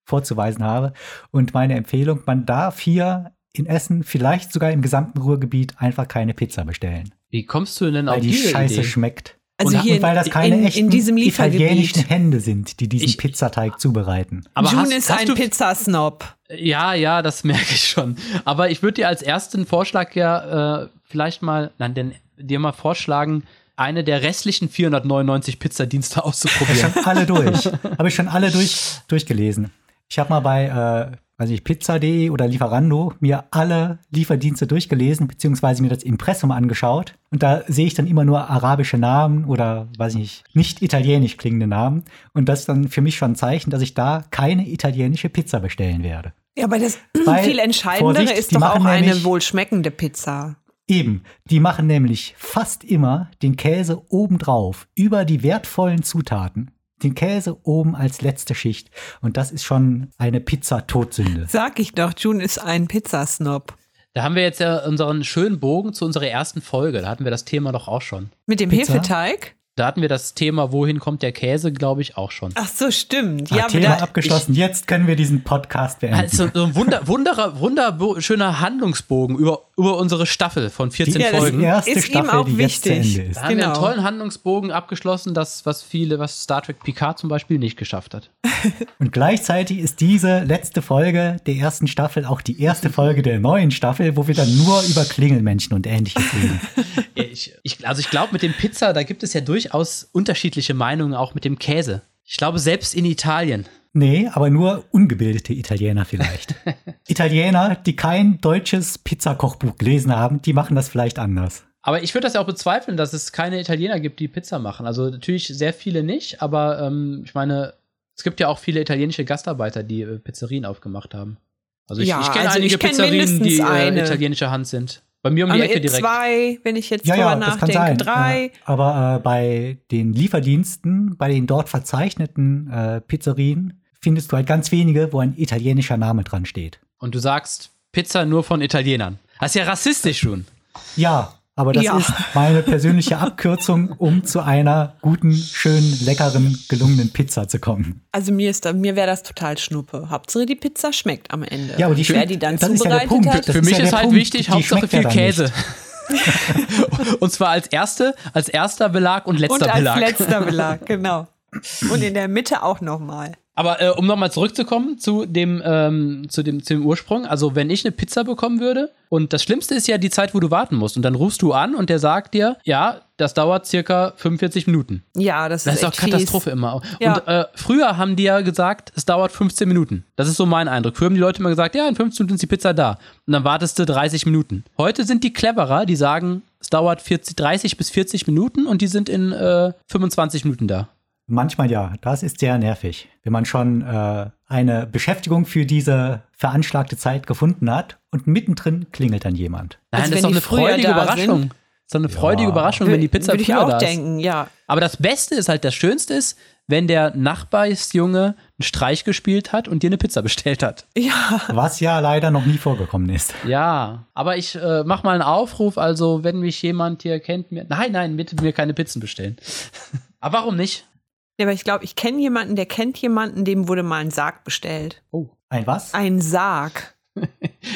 S1: vorzuweisen habe. Und meine Empfehlung, man darf hier in Essen, vielleicht sogar im gesamten Ruhrgebiet, einfach keine Pizza bestellen,
S3: Wie kommst du denn auf
S1: weil die
S3: diese
S1: scheiße
S3: Idee?
S1: schmeckt.
S2: Also
S1: und,
S2: hier
S1: und weil das
S2: in-
S1: keine
S2: in,
S1: echten
S2: in diesem
S1: italienischen
S2: Liefergebiet.
S1: Hände sind, die diesen
S3: Ich-
S1: Pizzateig zubereiten.
S2: June
S3: hast-
S2: ist
S3: hast
S2: ein
S3: du-
S2: Pizzasnob.
S3: Ja, ja, das *laughs* merke ich schon. Aber ich würde dir als ersten Vorschlag ja äh, vielleicht mal, nein, denn, dir mal vorschlagen, eine der restlichen 499 Pizzadienste *laughs* auszuprobieren.
S1: alle durch. Habe ich schon alle durch, durchgelesen. Ich habe mal bei, äh, weiß nicht, pizza.de oder Lieferando mir alle Lieferdienste durchgelesen, beziehungsweise mir das Impressum angeschaut. Und da sehe ich dann immer nur arabische Namen oder, weiß nicht, nicht italienisch klingende Namen. Und das ist dann für mich schon ein Zeichen, dass ich da keine italienische Pizza bestellen werde.
S2: Ja, aber
S1: *clears throat*
S2: das
S1: Weil,
S2: viel entscheidendere
S1: Vorsicht, die
S2: ist doch
S1: machen
S2: auch eine
S1: nämlich-
S2: wohlschmeckende Pizza.
S1: Eben, die machen nämlich fast immer den Käse obendrauf, über die wertvollen Zutaten. Den Käse oben als letzte Schicht. Und das ist schon eine Pizza-Todsünde.
S2: Sag ich doch, June ist ein Pizzasnob.
S3: da haben wir jetzt ja unseren schönen Bogen zu unserer ersten Folge. Da hatten wir das Thema doch auch schon.
S2: Mit dem
S1: Pizza?
S2: Hefeteig?
S3: Da hatten wir das Thema, wohin kommt der Käse, glaube ich, auch schon.
S2: Ach so, stimmt.
S1: Ja, Thema
S2: Ja, aber da, Also
S1: abgeschlossen. Jetzt können wir diesen Podcast beenden.
S3: Also so ein wunder, wunderer, wunderschöner Handlungsbogen über, über unsere Staffel von 14
S2: Ja, das-
S3: Folgen.
S1: Die erste
S2: Ist ihm
S1: Staffel,
S2: auch
S1: die jetzt zu
S2: wichtig.
S1: Ende ist.
S3: Da haben wir einen
S2: Genau.
S3: tollen Handlungsbogen abgeschlossen, das, was viele, was Star Trek Picard zum Beispiel nicht geschafft hat.
S1: Und gleichzeitig ist diese letzte Folge der ersten Staffel auch die erste Folge der neuen Staffel, wo wir dann nur über Klingelmenschen und ähnliches
S2: *laughs*
S1: reden.
S3: Ich, ich, also ich glaube, mit dem Pizza, da gibt es ja durchaus unterschiedliche Meinungen, auch mit dem Käse. Ich glaube, selbst in Italien.
S1: Nee, aber nur ungebildete Italiener
S2: *laughs*
S1: vielleicht. Italiener, die kein deutsches Pizzakochbuch gelesen haben, die machen das vielleicht anders.
S3: Aber ich würde das ja auch bezweifeln, dass es keine Italiener gibt, die Pizza machen. Also natürlich sehr viele nicht, aber ähm, ich meine, es gibt ja auch viele italienische Gastarbeiter, die äh, Pizzerien aufgemacht haben. Also ich,
S2: Ja,
S3: ich kenne
S2: also
S3: einige
S2: ich kenn
S3: Pizzerien,
S2: mindestens
S3: die äh,
S2: eine.
S3: italienische Hand sind. Bei mir um die
S2: Also
S3: Ecke
S2: in
S3: direkt.
S2: zwei, wenn ich jetzt
S1: Ja,
S2: drüber
S1: ja, das kann
S2: nachdenke,
S1: sein.
S2: drei.
S1: Äh, aber äh, bei den Lieferdiensten, bei den dort verzeichneten äh, Pizzerien, findest du halt ganz wenige, wo ein italienischer Name dran steht.
S3: Und du sagst Pizza nur von Italienern. Das ist ja rassistisch schon.
S1: Ja, aber das
S2: Ja.
S1: ist meine persönliche Abkürzung, um zu einer guten, schönen, leckeren, gelungenen Pizza zu kommen.
S2: Also mir ist da, mir wäre das total Schnuppe. Hauptsache die Pizza schmeckt am Ende.
S1: Ja, aber die
S2: Wer
S1: schmeckt-
S2: die dann
S1: das ist ja der
S2: zubereitet
S1: Punkt.
S2: hat.
S1: Das
S3: Für
S1: ist
S3: mich
S1: ja
S3: ist
S1: der
S3: halt
S1: Punkt.
S3: wichtig,
S1: Die
S3: Hauptsache
S1: schmeckt
S3: viel
S1: ja dann
S3: Käse. *laughs* und zwar als erste, als erster Belag und letzter
S2: Und als
S3: Belag.
S2: letzter Belag, genau.
S3: *clears throat*
S2: Und in der Mitte auch nochmal.
S3: Aber äh, um nochmal zurückzukommen zu dem, ähm, zu, dem, zu dem Ursprung, also wenn ich eine Pizza bekommen würde, und das Schlimmste ist ja die Zeit, wo du warten musst, und dann rufst du an und der sagt dir, ja, das dauert circa 45 Minuten.
S2: Ja, das,
S3: Das
S2: ist
S3: ist auch
S2: echt
S3: Katastrophe immer.
S2: Ja.
S3: Und äh, früher haben die ja gesagt, es dauert 15 Minuten. Das ist so mein Eindruck. Früher haben die Leute immer gesagt, ja, in 15 Minuten ist die Pizza da. Und dann wartest du 30 Minuten. Heute sind die cleverer, die sagen, es dauert 40, 30 bis 40 Minuten und die sind in äh, 25 Minuten da.
S1: Manchmal ja, das ist sehr nervig. Wenn man schon äh, eine Beschäftigung für diese veranschlagte Zeit gefunden hat und mittendrin klingelt dann jemand.
S3: Nein,
S2: Also
S3: das
S2: wenn
S3: ist doch
S2: die
S3: eine
S2: früher
S3: freudige
S2: da
S3: Überraschung.
S2: sind.
S3: Das ist doch eine freudige Überraschung,
S2: fies.
S3: wenn die Pizza
S2: Würde ich
S3: früher
S2: auch
S3: da ist.
S2: denken, ja.
S3: Aber das Beste ist halt, das Schönste ist, wenn der Nachbarsjunge einen Streich gespielt hat und dir eine Pizza bestellt hat.
S2: Ja,
S1: Was ja leider noch nie vorgekommen ist.
S3: Ja, aber ich äh, mach mal einen Aufruf, also wenn mich jemand hier kennt, mir, nein, nein, bitte mir keine Pizzen bestellen. *laughs* aber warum nicht?
S2: Ja, aber ich glaube, ich kenne jemanden, der kennt jemanden, dem wurde mal ein Sarg bestellt.
S3: Oh.
S1: Ein was?
S2: Ein Sarg.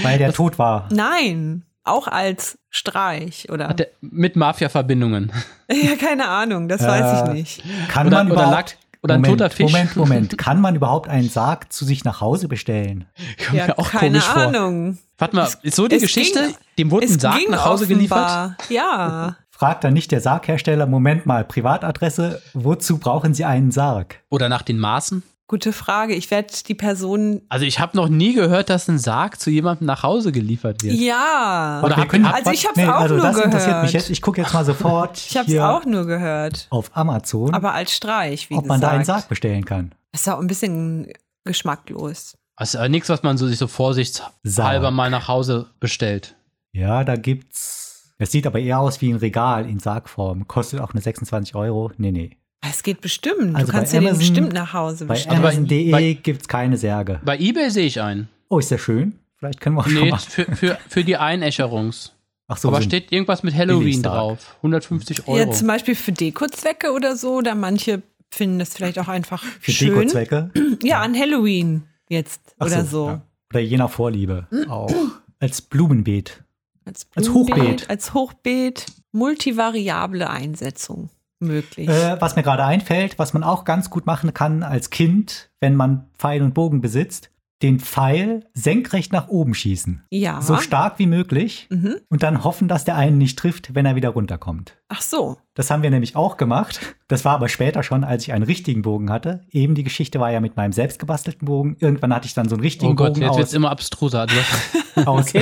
S1: Weil der tot war.
S2: Nein, auch als Streich oder.
S3: Hat der, mit Mafia-Verbindungen.
S2: *laughs*
S3: *laughs*
S2: ja, keine Ahnung, das weiß
S1: Äh,
S2: ich nicht.
S1: Kann
S3: Oder-
S1: man
S3: oder
S1: überhaupt.
S3: lag- oder ein
S1: Moment,
S3: toter Fisch.
S1: Moment, Moment. Kann man überhaupt einen Sarg zu sich nach Hause bestellen?
S3: Kommt
S2: Ja,
S3: mir auch
S2: keine
S3: komisch vor.
S2: Ahnung.
S3: Warte mal, ist so die
S2: Es
S3: Geschichte?
S2: ging-
S3: dem wurde ein
S2: Es
S3: Sarg
S2: ging
S3: nach Hause geliefert?
S2: offenbar.
S3: *laughs*
S2: Ja.
S1: Fragt dann nicht der Sarghersteller, Moment mal, Privatadresse, wozu brauchen Sie einen Sarg?
S3: Oder nach den Maßen?
S2: Gute Frage. Ich werde die Person.
S3: Also ich habe noch nie gehört, dass ein Sarg zu jemandem nach Hause geliefert wird.
S2: Ja.
S3: Oder
S1: Wir
S3: habt-
S1: können-
S2: also ich hab's auch
S1: also
S2: nur
S1: das interessiert
S2: gehört.
S1: mich jetzt. Ich gucke jetzt mal sofort
S2: *laughs* Ich habe es
S1: hier
S2: auch nur gehört.
S1: auf Amazon,
S2: Aber als Streich, wie
S1: ob
S2: gesagt.
S1: man da einen Sarg bestellen kann.
S2: Ist ja auch ein bisschen geschmacklos.
S3: Das ist aber Also, äh, nichts, was man so, sich so vorsichtshalber
S1: Sarg.
S3: mal nach Hause bestellt.
S1: Ja, da gibt's. Es sieht aber eher aus wie ein Regal in Sargform. Kostet auch nur 26 Euro. Nee, nee.
S2: Es geht bestimmt.
S1: Also
S2: du kannst
S1: bei
S2: ja den
S1: Amazon-
S2: bestimmt nach Hause
S1: Bei
S2: bestellen.
S3: Aber bei-
S1: Amazon.de gibt's keine Särge.
S3: Bei eBay sehe ich einen.
S1: Oh, ist ja schön. Vielleicht können wir auch schon
S3: Nee,
S1: mal.
S3: für, für, für die Einäscherungs.
S1: Ach so,
S3: aber
S1: sind-
S3: steht irgendwas mit Halloween
S1: Billigsarg.
S3: drauf. 150 Euro.
S2: Ja, zum Beispiel für Dekozwecke oder so. Oder manche finden das vielleicht auch einfach
S1: für
S2: schön.
S1: Dekozwecke.
S2: Ja, an Halloween jetzt
S1: Ach
S2: oder so.
S1: ja. Oder je nach Vorliebe. Auch. *clears throat* Als Blumenbeet.
S2: Als,
S1: Als
S2: Blumenbeet,
S1: Hochbeet.
S2: Als Hochbeet. Multivariable Einsetzung möglich.
S1: Äh, was mir gerade einfällt, was man auch ganz gut machen kann als Kind, wenn man Pfeil und Bogen besitzt, den Pfeil senkrecht nach oben schießen.
S2: ja.
S1: So stark wie möglich
S2: Mhm.
S1: und dann hoffen, dass der einen nicht trifft, wenn er wieder runterkommt.
S2: Ach so.
S1: Das haben wir nämlich auch gemacht. Das war aber später schon, als ich einen richtigen Bogen hatte. Eben die Geschichte war ja mit meinem selbstgebastelten Bogen. Irgendwann hatte ich dann so einen richtigen
S3: oh Gott,
S1: Bogen
S3: jetzt wird's
S1: aus,
S3: immer abstruser. Du hast-
S1: aus,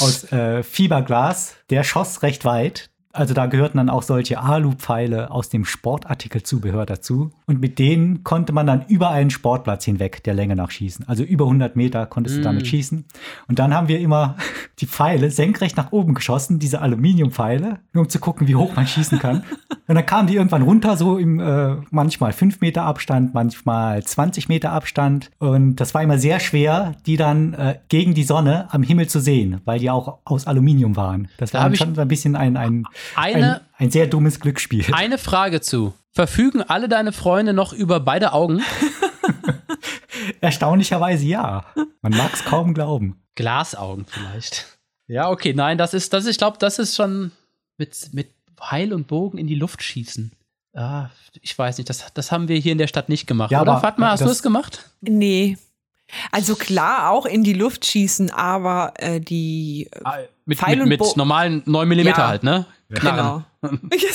S1: aus äh, Fiberglas. Der schoss recht weit. Also da gehörten dann auch solche Alu-Pfeile aus dem Sportartikelzubehör dazu. Und mit denen konnte man dann über einen Sportplatz hinweg der Länge nach schießen. Also über 100 Meter konntest du damit schießen. Und dann haben wir immer *laughs* die Pfeile senkrecht nach oben geschossen, diese Aluminiumpfeile, nur um zu gucken, wie hoch man schießen kann. Und dann kamen die irgendwann runter, so im äh, manchmal 5 Meter Abstand, manchmal 20 Meter Abstand. Und das war immer sehr schwer, die dann äh, gegen die Sonne am Himmel zu sehen, weil die auch aus Aluminium waren. Das
S3: Da
S1: war
S3: hab
S1: dann
S3: ich-
S1: schon so ein bisschen ein, ein,
S3: Eine-
S1: ein, ein sehr dummes Glücksspiel.
S3: Eine Frage zu. Verfügen alle deine Freunde noch über beide Augen?
S1: Erstaunlicherweise ja. Man mag es kaum glauben.
S3: Glasaugen vielleicht. Ja, okay, nein, das ist, das, ich glaube, das ist schon mit, mit Pfeil und Bogen in die Luft schießen. Ah, ich weiß nicht, das, das haben wir hier in der Stadt nicht gemacht.
S1: Ja,
S3: oder
S1: aber
S3: Fatma, hast du
S1: das-
S3: es gemacht?
S2: Nee. Also klar, auch in die Luft schießen, aber äh, die.
S3: Mit,
S2: Pfeil
S3: mit,
S2: und
S3: mit
S2: Bo-
S3: normalen 9 mm
S2: Ja.
S3: halt, ne? Knarren.
S1: *laughs*
S2: Genau. ich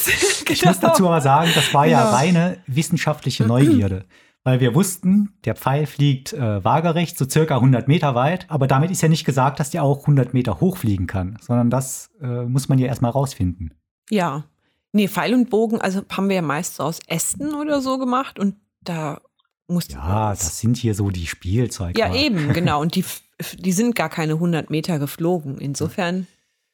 S1: Ich muss dazu aber sagen, das war ja
S2: Genau.
S1: reine wissenschaftliche Neugierde. Weil wir wussten, der Pfeil fliegt äh, waagerecht, so circa 100 Meter weit. Aber damit ist ja nicht gesagt, dass der auch 100 Meter hoch fliegen kann, sondern das äh, muss man ja erstmal rausfinden.
S2: Ja. Nee, Pfeil und Bogen, also haben wir ja meist so aus Ästen oder so gemacht und da musste.
S1: Ja, das sind hier so die Spielzeug.
S2: Ja,
S3: *laughs*
S2: eben, genau. Und die, f- die sind gar keine 100 Meter geflogen. Insofern,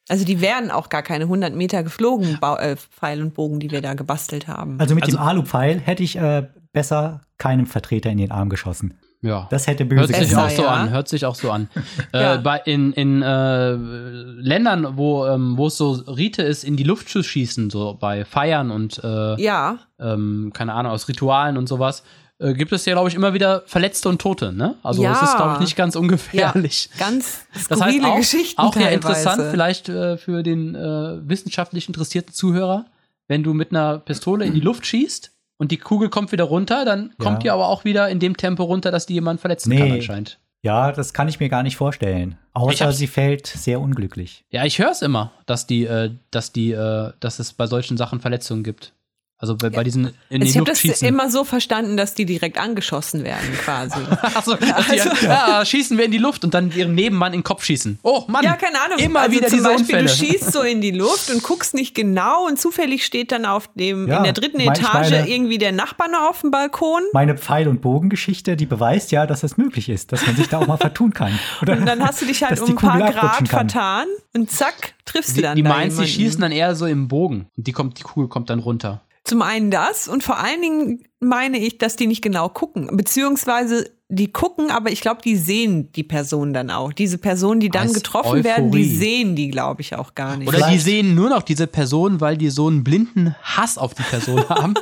S2: also die wären auch gar keine 100 Meter geflogen, Bau, äh, Pfeil und Bogen, die wir da gebastelt haben.
S1: Also mit
S3: Also-
S1: dem Alupfeil hätte ich äh, besser keinem Vertreter in den Arm geschossen.
S3: Ja.
S1: Das hätte böse
S3: Hört sich
S2: Besser,
S1: gewesen.
S3: auch so
S2: ja.
S3: an, hört sich auch
S2: *laughs*
S3: so an.
S2: Ja.
S3: äh, bei, in in äh, Ländern, wo ähm, wo es so Rite ist, in die Luft zu schießen, so bei Feiern und äh,
S2: ja,
S3: ähm, keine Ahnung, aus Ritualen und sowas, äh, gibt es ja, glaube ich, immer wieder Verletzte und Tote, ne? Also
S2: Ja.
S3: es ist, glaube ich, nicht ganz ungefährlich.
S2: Ja, ganz skurrile
S3: Das heißt auch,
S2: Geschichten
S3: auch ja
S2: teilweise.
S3: interessant vielleicht äh, für den äh, wissenschaftlich interessierten Zuhörer, wenn du mit einer Pistole in die Luft schießt und die Kugel kommt wieder runter, dann kommt die aber auch wieder in dem Tempo runter, dass die jemand verletzen kann
S1: Nee.
S3: anscheinend.
S1: Ja, das kann ich mir gar nicht vorstellen.
S3: Ich
S1: Außer
S3: hab's-
S1: sie fällt sehr unglücklich.
S3: Ja, ich höre es immer, dass die, äh, dass die, äh, dass es bei solchen Sachen Verletzungen gibt. Also bei, bei diesen in
S2: Also ich
S3: die
S2: habe
S3: Luft
S2: das
S3: schießen.
S2: immer so verstanden, dass die direkt angeschossen werden,
S3: *laughs*
S2: quasi.
S3: Achso, *laughs* also, ja, schießen wir in die Luft und dann ihrem Nebenmann in den Kopf schießen. Oh Mann,
S2: ja, keine Ahnung.
S3: immer
S2: also
S3: wieder
S2: zum
S3: diese
S2: Beispiel,
S3: Unfälle.
S2: du schießt so
S3: *laughs*
S2: in die Luft und guckst nicht genau und zufällig steht dann auf dem,
S1: Ja,
S2: in der dritten
S1: mein- ich
S2: Etage
S1: meine-
S2: irgendwie der Nachbar noch auf dem Balkon.
S1: Meine Pfeil- und Bogengeschichte, die beweist ja, dass das möglich ist, dass man sich da auch mal vertun kann. Oder?
S2: *laughs* Und dann hast du dich halt
S1: Dass
S2: um
S1: die
S2: ein paar
S1: Kugel abrutschen
S2: Grad
S1: kann.
S2: vertan und zack, triffst du
S3: Die,
S2: dann
S3: die
S2: da
S3: meins, die
S2: jemanden.
S3: schießen dann eher so im Bogen. Und die kommt, die Kugel kommt dann runter.
S2: Zum einen das und vor allen Dingen meine ich, dass die nicht genau gucken. Beziehungsweise die gucken, aber ich glaube, die sehen die Person dann auch. Diese Personen, die dann
S3: Als
S2: getroffen werden, die
S3: Euphorie.
S2: sehen die, glaube ich, auch gar nicht.
S3: Oder die
S1: Vielleicht-
S3: sehen nur noch diese Person, weil die so einen blinden Hass auf die Person *laughs* haben.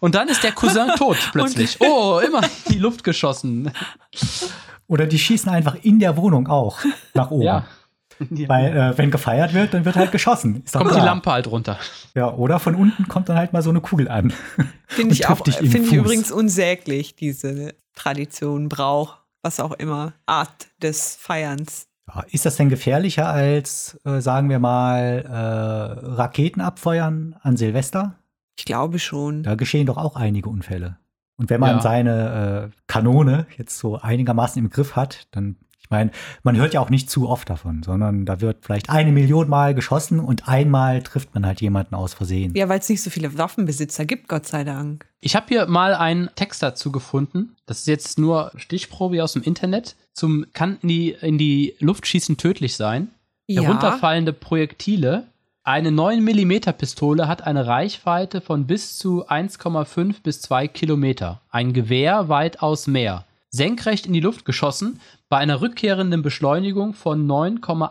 S3: Und dann ist der Cousin tot plötzlich. Oh, immer in die Luft geschossen.
S1: Oder die schießen einfach in der Wohnung auch nach oben.
S3: Ja.
S1: *laughs* Weil äh, wenn gefeiert wird, dann wird halt geschossen. Ist doch
S3: Kommt die
S1: klar.
S3: Lampe halt runter.
S1: Ja, oder von unten kommt dann halt mal so eine Kugel
S2: *laughs*
S1: an.
S2: Finde ich auch,
S1: trifft dich im
S2: finde ich
S1: Fuß.
S2: übrigens unsäglich, diese Tradition, Brauch, was auch immer, Art des Feierns.
S1: Ja, ist das denn gefährlicher als, äh, sagen wir mal, äh, Raketen abfeuern an Silvester?
S2: Ich glaube schon.
S1: Da geschehen doch auch einige Unfälle. Und wenn man
S3: Ja.
S1: seine äh, Kanone jetzt so einigermaßen im Griff hat, dann, ich meine, man hört ja auch nicht zu oft davon, sondern da wird vielleicht eine Million Mal geschossen und einmal trifft man halt jemanden aus Versehen.
S2: Ja, weil es nicht so viele Waffenbesitzer gibt, Gott sei Dank.
S3: Ich habe hier mal einen Text dazu gefunden. Das ist jetzt nur Stichprobe aus dem Internet. Zum kann in die, in die Luft schießen tödlich sein.
S2: Ja,
S3: Herunterfallende Projektile. Eine 9 mm Pistole hat eine Reichweite von bis zu 1,5 bis 2 Kilometer. Ein Gewehr weitaus mehr. Senkrecht in die Luft geschossen, bei einer rückkehrenden Beschleunigung von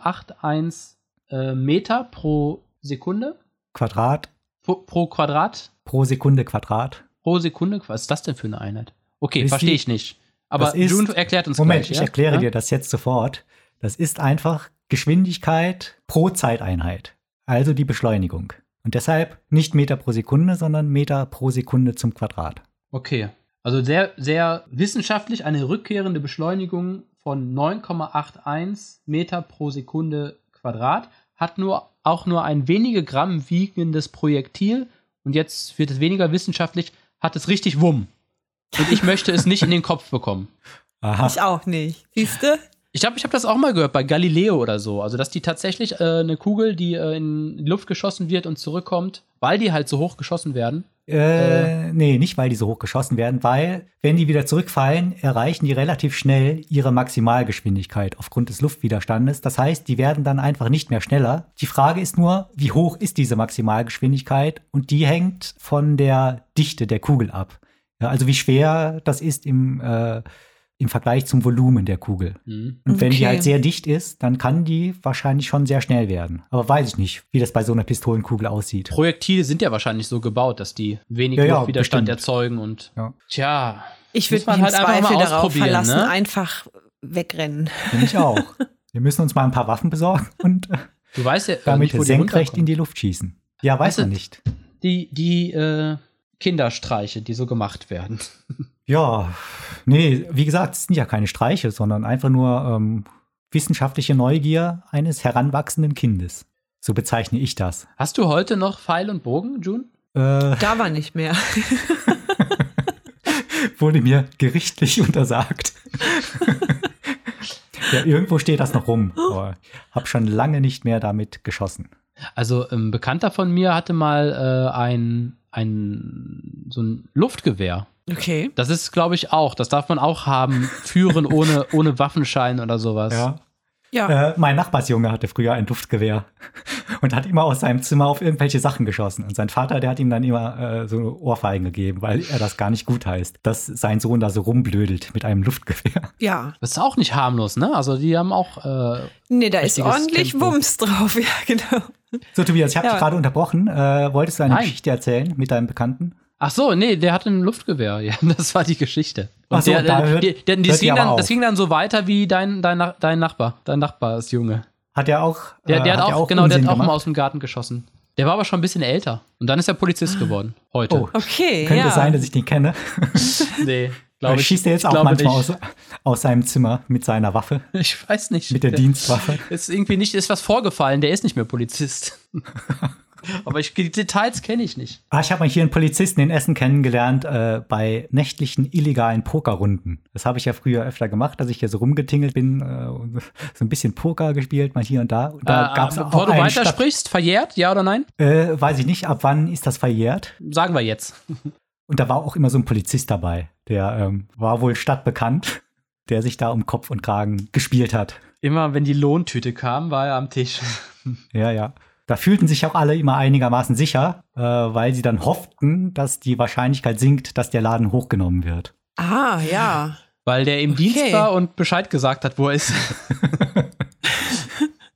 S3: 9,81 äh, Meter pro Sekunde,
S1: Quadrat
S3: pro, pro Quadrat,
S1: pro Sekunde Quadrat.
S3: pro Sekunde. Was ist das denn für eine Einheit? Okay,
S1: Ist
S3: verstehe
S1: die-
S3: ich nicht. Aber
S1: das ist-
S3: June erklärt uns
S1: Moment,
S3: gleich.
S1: ich
S3: ja?
S1: erkläre
S3: ja?
S1: dir das jetzt sofort. Das ist einfach Geschwindigkeit pro Zeiteinheit, also die Beschleunigung. Und deshalb nicht Meter pro Sekunde, sondern Meter pro Sekunde zum Quadrat.
S3: Okay. Also sehr, sehr wissenschaftlich eine rückkehrende Beschleunigung von 9,81 Meter pro Sekunde Quadrat hat nur auch nur ein wenige Gramm wiegendes Projektil und jetzt wird es weniger wissenschaftlich, hat es richtig Wumm. Und ich möchte es nicht in den Kopf bekommen.
S1: Aha.
S2: ich auch nicht. Siehste?
S3: Ich glaube, ich habe das auch mal gehört bei Galileo oder so. Also, dass die tatsächlich äh, eine Kugel, die äh, in die Luft geschossen wird und zurückkommt, weil die halt so hoch geschossen werden.
S1: Äh, nee, nicht weil die so hoch geschossen werden, weil wenn die wieder zurückfallen, erreichen die relativ schnell ihre Maximalgeschwindigkeit aufgrund des Luftwiderstandes. Das heißt, die werden dann einfach nicht mehr schneller. Die Frage ist nur, wie hoch ist diese Maximalgeschwindigkeit? Und die hängt von der Dichte der Kugel ab. Ja, also wie schwer das ist im, äh, im Vergleich zum Volumen der Kugel.
S3: Mhm.
S1: Und wenn die
S2: Okay.
S1: halt sehr dicht ist, dann kann die wahrscheinlich schon sehr schnell werden. Aber weiß ich nicht, wie das bei so einer Pistolenkugel aussieht.
S3: Projektile sind ja wahrscheinlich so gebaut, dass die wenig
S1: Ja, ja,
S3: Luftwiderstand
S1: bestimmt.
S3: erzeugen und
S1: Ja.
S3: tja,
S2: Ich
S3: Muss
S2: würde
S3: man
S2: mich
S3: halt
S2: im
S3: einfach mal ne?
S2: Zweifel darauf
S3: ausprobieren,
S2: verlassen,
S3: ne?
S2: einfach wegrennen.
S1: Finde ich auch. Wir müssen uns mal ein paar Waffen besorgen und äh,
S3: Du weißt ja, äh,
S1: damit
S3: nicht, wo die
S1: senkrecht in
S3: runterkommen.
S1: die Luft schießen. Ja, weiß
S3: Weißt du-
S1: man nicht.
S3: die, die äh, Kinderstreiche, die so gemacht werden.
S1: Ja, nee, wie gesagt, es sind ja keine Streiche, sondern einfach nur ähm, wissenschaftliche Neugier eines heranwachsenden Kindes. So bezeichne ich das.
S3: Hast du heute noch Pfeil und Bogen, June?
S1: Äh, *laughs*
S2: Da war nicht
S3: *laughs*
S2: mehr.
S1: wurde mir gerichtlich *laughs* untersagt. ja, irgendwo steht das noch rum.
S3: Oh.
S1: Aber hab schon lange nicht mehr damit geschossen.
S3: Also ein Bekannter von mir hatte mal äh, ein, ein so ein Luftgewehr.
S2: Okay.
S3: Das ist, glaube ich, auch. Das darf man auch haben. Führen ohne, *laughs* ohne Waffenschein oder sowas.
S1: Ja.
S2: Ja.
S1: Äh, mein Nachbarsjunge hatte früher ein Luftgewehr und hat immer aus seinem Zimmer auf irgendwelche Sachen geschossen. Und sein Vater, der hat ihm dann immer äh, so Ohrfeigen gegeben, weil er das gar nicht gut heißt, dass sein Sohn da so rumblödelt mit einem Luftgewehr.
S2: Ja.
S3: Das ist auch nicht harmlos, ne? Also die haben auch. Äh,
S2: Nee, da ist
S3: Richtiges
S2: ordentlich
S3: Tempo.
S2: Wumms drauf. *laughs* Ja, genau.
S1: So, Tobias, ich habe
S2: Ja.
S1: dich gerade unterbrochen. Äh, wolltest du eine
S3: Nein.
S1: Geschichte erzählen mit deinem Bekannten?
S3: ach so, nee, der hatte ein Luftgewehr. *laughs* Ja, das war die Geschichte.
S1: Ach so,
S3: der,
S1: da
S3: der,
S1: hört-
S3: die- denn
S1: hört
S3: das,
S1: die
S3: ging
S1: aber
S3: dann,
S1: auf.
S3: das ging dann so weiter wie dein, dein, Nach- dein Nachbar. Dein Nachbar ist Junge.
S1: Hat er auch.
S3: Der, der
S1: äh,
S3: hat,
S1: er
S3: auch, genau, der hat
S1: Unsinn
S3: auch mal
S1: gemacht?
S3: aus dem Garten geschossen. Der war aber schon ein bisschen älter. Und dann ist er Polizist geworden. Heute.
S1: Oh,
S2: Okay.
S1: könnte
S2: ja.
S1: sein, dass ich den kenne.
S3: *laughs* Nee,
S1: Äh,
S3: glaube
S1: *laughs*
S3: ich.
S1: Schießt er jetzt
S3: ich
S1: auch
S3: glaube
S1: manchmal
S3: nicht.
S1: aus, aus seinem Zimmer mit seiner Waffe,
S3: *laughs* Ich weiß nicht.
S1: mit der Dienstwaffe?
S3: Ist irgendwie nicht, ist was vorgefallen, der ist nicht mehr Polizist. *laughs* Aber ich, die Details kenne ich nicht.
S1: Ah, ich habe mal hier einen Polizisten in Essen kennengelernt äh, bei nächtlichen illegalen Pokerrunden. Das habe ich ja früher öfter gemacht, dass ich hier so rumgetingelt bin äh, und *laughs* so ein bisschen Poker gespielt, mal hier und da. Und da
S3: Äh,
S1: gab's
S3: bevor
S1: auch
S3: du
S1: einen
S3: weitersprichst, verjährt, ja oder nein?
S1: Stadt- äh, weiß ich nicht, ab wann ist das verjährt?
S3: Sagen wir jetzt.
S1: Und da war auch immer so ein Polizist dabei, der ähm, war wohl stadtbekannt, *laughs* der sich da um Kopf und Kragen gespielt hat.
S3: Immer wenn die Lohntüte kam, war er am Tisch.
S1: Ja, ja. Da fühlten sich auch alle immer einigermaßen sicher, äh, weil sie dann hofften, dass die Wahrscheinlichkeit sinkt, dass der Laden hochgenommen wird.
S2: Ah, ja.
S3: Weil der im Dienst war und Bescheid gesagt hat, wo er ist. *laughs*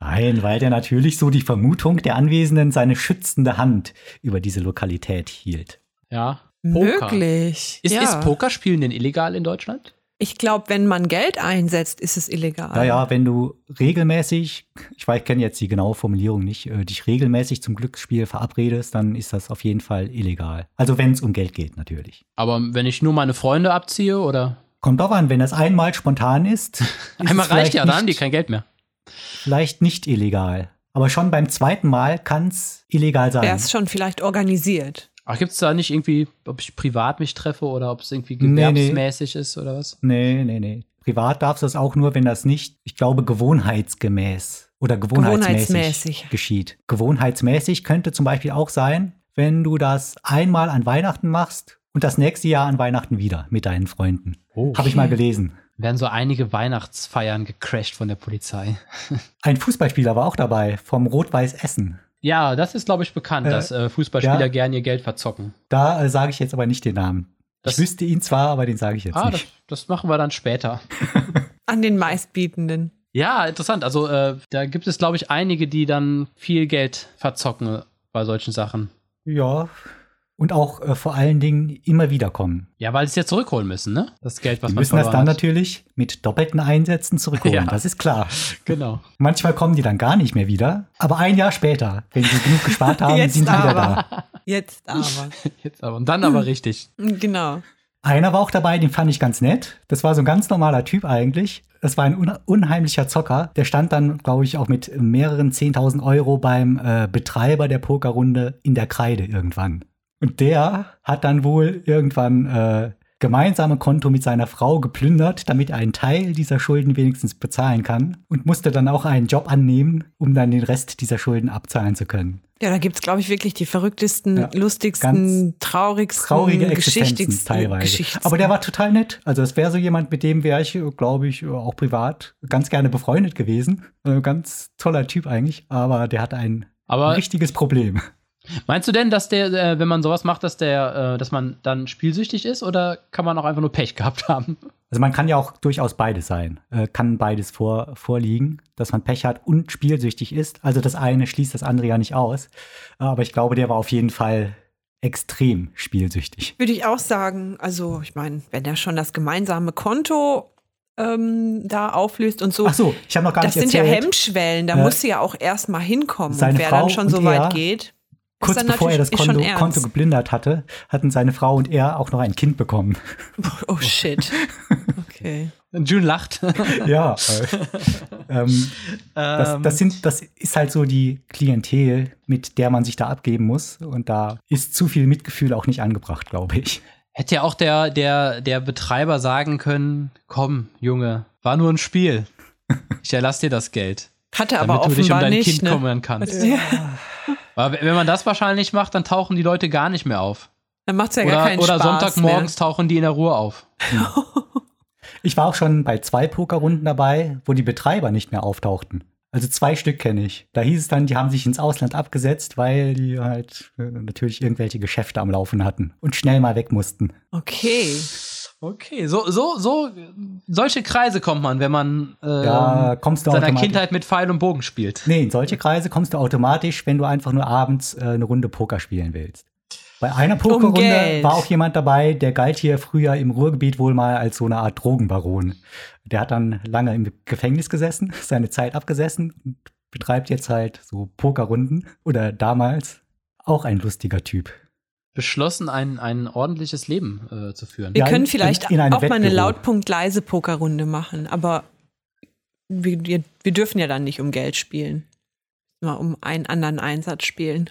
S1: Nein, weil der natürlich so die Vermutung der Anwesenden seine schützende Hand über diese Lokalität hielt.
S3: Ja.
S2: Möglich.
S3: Ist,
S2: ja.
S3: ist Pokerspielen denn illegal in Deutschland?
S2: Ich glaube, wenn man Geld einsetzt, ist es
S3: Ah.
S2: illegal.
S1: Naja, wenn du regelmäßig, ich weiß, kenne jetzt die genaue Formulierung nicht, äh, dich regelmäßig zum Glücksspiel verabredest, dann ist das auf jeden Fall illegal. Also wenn es um Geld geht, natürlich.
S3: Aber wenn ich nur meine Freunde abziehe oder.
S1: Kommt drauf an, wenn das einmal spontan
S3: *laughs*
S1: ist, ist
S3: Einmal
S1: es
S3: reicht
S1: vielleicht
S3: ja,
S1: nicht,
S3: dann haben die kein Geld mehr.
S1: vielleicht nicht illegal. Aber schon beim zweiten Mal kann es illegal sein.
S2: Wäre es schon vielleicht organisiert.
S3: Ach, gibt es da nicht irgendwie, ob ich privat mich treffe oder ob es irgendwie
S1: Nee, nee.
S3: gewerbsmäßig ist oder was?
S1: Nee, nee, nee. Privat darfst du es auch nur, wenn das nicht, ich glaube, gewohnheitsgemäß oder gewohnheitsmäßig,
S2: Gewohnheitsmäßig.
S1: geschieht. Gewohnheitsmäßig könnte zum Beispiel auch sein, wenn du das einmal an Weihnachten machst und das nächste Jahr an Weihnachten wieder mit deinen Freunden.
S3: Oh.
S1: Habe ich mal gelesen.
S3: Werden so einige Weihnachtsfeiern gecrashed von der Polizei.
S1: Ein Fußballspieler war auch dabei vom Rot-Weiß Essen.
S3: Ja, das ist, glaube ich, bekannt,
S1: Äh,
S3: dass äh, Fußballspieler
S1: ja.
S3: gern ihr Geld verzocken.
S1: Da äh, sage ich jetzt aber nicht den Namen.
S3: Das-
S1: ich wüsste ihn zwar, aber den sage ich jetzt
S3: Ah, das,
S1: nicht.
S3: das machen wir dann später.
S2: An den Meistbietenden.
S3: Ja, interessant. Also äh, da gibt es, glaube ich, einige, die dann viel Geld verzocken äh, bei solchen Sachen.
S1: Ja. Und auch äh, vor allen Dingen immer wieder kommen.
S3: Ja, weil sie es ja zurückholen müssen, ne? Das Geld, was
S1: Die
S3: man
S1: müssen das
S3: verloren
S1: dann
S3: hat.
S1: natürlich mit doppelten Einsätzen zurückholen.
S3: Ja.
S1: Das ist klar.
S3: Genau. *laughs*
S1: Manchmal kommen die dann gar nicht mehr wieder, aber ein Jahr später, wenn sie genug
S3: *laughs*
S1: gespart haben,
S2: Jetzt
S1: sind die wieder
S2: aber.
S1: da.
S2: Jetzt aber.
S3: Jetzt aber. Und dann aber richtig.
S2: genau.
S1: Einer war auch dabei, den fand ich ganz nett. Das war so ein ganz normaler Typ eigentlich. Das war ein un unheimlicher Zocker. Der stand dann, glaube ich, auch mit mehreren 10.000 Euro beim äh, Betreiber der Pokerrunde in der Kreide irgendwann. Und der hat dann wohl irgendwann äh, gemeinsame Konto mit seiner Frau geplündert, damit er einen Teil dieser Schulden wenigstens bezahlen kann und musste dann auch einen Job annehmen, um dann den Rest dieser Schulden abzahlen zu können.
S2: Ja, da gibt es, glaube ich, wirklich die verrücktesten,
S1: Ja,
S2: lustigsten, traurigsten,
S1: traurige Existenzen
S2: geschichtigsten
S1: teilweise.
S2: Geschichten.
S1: Aber der war total nett. Also es wäre so jemand, mit dem wäre ich, glaube ich, auch privat ganz gerne befreundet gewesen. Also ganz toller Typ eigentlich, aber der hat ein
S3: Aber
S1: richtiges Problem.
S3: Meinst du denn, dass der, äh, wenn man sowas macht, dass der, äh, dass man dann spielsüchtig ist oder kann man auch einfach nur Pech gehabt haben? *laughs*
S1: Also man kann ja auch durchaus beides sein. Äh, kann beides vor, vorliegen, dass man Pech hat und spielsüchtig ist. Also das eine schließt das andere ja nicht aus. Äh, Aber ich glaube, der war auf jeden Fall extrem spielsüchtig.
S2: Würde ich auch sagen, also ich meine, wenn er schon das gemeinsame Konto ähm, da auflöst und so.
S1: Ach so, ich habe noch gar
S2: das
S1: nicht
S2: sind
S1: erzählt.
S2: ja Hemmschwellen, da
S1: äh,
S2: muss sie ja auch erstmal hinkommen.
S1: seine
S2: und wer
S1: Frau
S2: dann schon
S1: und
S2: so weit
S1: er
S2: geht,
S1: Kurz
S2: dann
S1: bevor er das
S2: natürlich- ist schon
S1: Konto,
S2: ernst.
S1: Konto geplündert hatte, hatten seine Frau und er auch noch ein Kind
S2: *laughs*
S1: bekommen.
S2: oh shit. Okay.
S3: June lacht.
S1: ja. Äh, ähm, das,
S3: Ähm,
S1: das, sind, das ist halt so die Klientel, mit der man sich da abgeben muss. Und da ist zu viel Mitgefühl auch nicht angebracht, glaube ich.
S3: Hätte ja auch der, der, der Betreiber sagen können, komm, Junge, war nur
S1: *laughs*
S3: ein Spiel. Ich erlasse dir das Geld,
S2: Hatte
S3: damit
S2: aber
S3: du dich um
S2: offenbar
S3: dein
S2: nicht.
S3: Kind
S2: Ne?
S3: kümmern kannst.
S2: Ja.
S3: Aber wenn man das wahrscheinlich macht, dann tauchen die Leute gar nicht mehr auf.
S2: Dann macht's ja gar
S3: Oder,
S2: keinen
S3: oder
S2: Spaß.
S3: Sonntagmorgens tauchen die in der Ruhe auf.
S1: Ich war auch schon bei zwei Pokerrunden dabei, wo die Betreiber nicht mehr auftauchten. Also zwei Stück kenne ich. Da hieß es dann, die haben sich ins Ausland abgesetzt, weil die halt äh, natürlich irgendwelche Geschäfte am Laufen hatten und schnell mal weg mussten.
S2: Mehr. Okay.
S3: Okay, so, so, so, solche Kreise kommt man, wenn man äh,
S1: Da kommst du
S3: seiner
S1: automatisch-
S3: Kindheit mit Pfeil und Bogen spielt.
S1: Nee, in solche Kreise kommst du automatisch, wenn du einfach nur abends äh, eine Runde Poker spielen willst. Bei einer Pokerrunde
S2: Geld.
S1: war auch jemand dabei, der galt hier früher im Ruhrgebiet wohl mal als so eine Art Drogenbaron. Der hat dann lange im Gefängnis gesessen, *laughs* seine Zeit abgesessen und betreibt jetzt halt so Pokerrunden oder damals auch ein lustiger Typ.
S3: Beschlossen, ein, ein ordentliches Leben äh, zu führen.
S2: Wir
S1: Ja, in-
S2: können vielleicht
S1: in- in einem
S2: auch mal eine
S1: Wettbüro.
S2: lautpunkt-leise Pokerrunde machen, aber wir, wir, wir dürfen ja dann nicht um Geld spielen. Mal um einen anderen Einsatz spielen.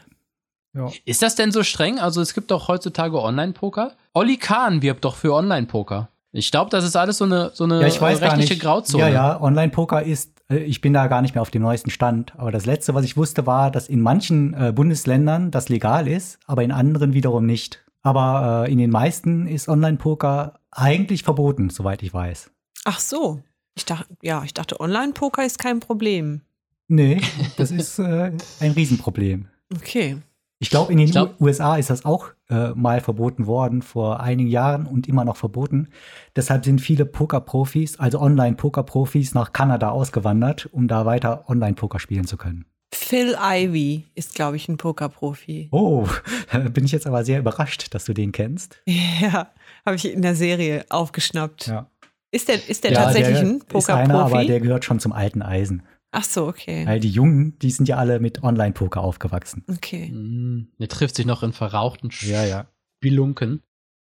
S3: Ist das denn so streng? Also es gibt doch heutzutage Online-Poker. Olli Kahn wirbt doch für Online-Poker. Ich glaube, das ist alles so eine, so eine
S1: Ja, ich weiß
S3: äh,
S1: gar
S3: rechtliche
S1: nicht.
S3: Grauzone.
S1: Ja, ja, Online-Poker ist, äh, ich bin da gar nicht mehr auf dem neuesten Stand. Aber das Letzte, was ich wusste, war, dass in manchen äh, Bundesländern das legal ist, aber in anderen wiederum nicht. Aber äh, in den meisten ist Online-Poker eigentlich verboten, soweit ich weiß.
S2: Ach so. Ich dachte, ja, ich dachte, Online-Poker ist kein Problem.
S1: Nee,
S3: *laughs*
S1: das ist äh, ein Riesenproblem.
S2: Okay.
S1: Ich glaube, in den
S3: Ich glaub-
S1: U- USA ist das auch äh, mal verboten worden, vor einigen Jahren und immer noch verboten. Deshalb sind viele Pokerprofis, also Online-Pokerprofis, nach Kanada ausgewandert, um da weiter Online-Poker spielen zu können.
S2: Phil Ivey ist, glaube ich, ein Pokerprofi. *laughs*
S1: Oh, *laughs* bin ich jetzt aber sehr überrascht, dass du den kennst.
S2: Ja, habe ich in der Serie aufgeschnappt.
S1: Ja.
S2: Ist der, ist der tatsächlich ein
S1: ist einer, aber
S2: Pokerprofi?
S1: der gehört schon zum alten Eisen.
S2: Ach so, okay.
S1: Weil die Jungen, die sind ja alle mit Online-Poker aufgewachsen.
S2: Okay.
S3: Hm, Der trifft sich noch in verrauchten
S1: ja.
S3: Spilunken.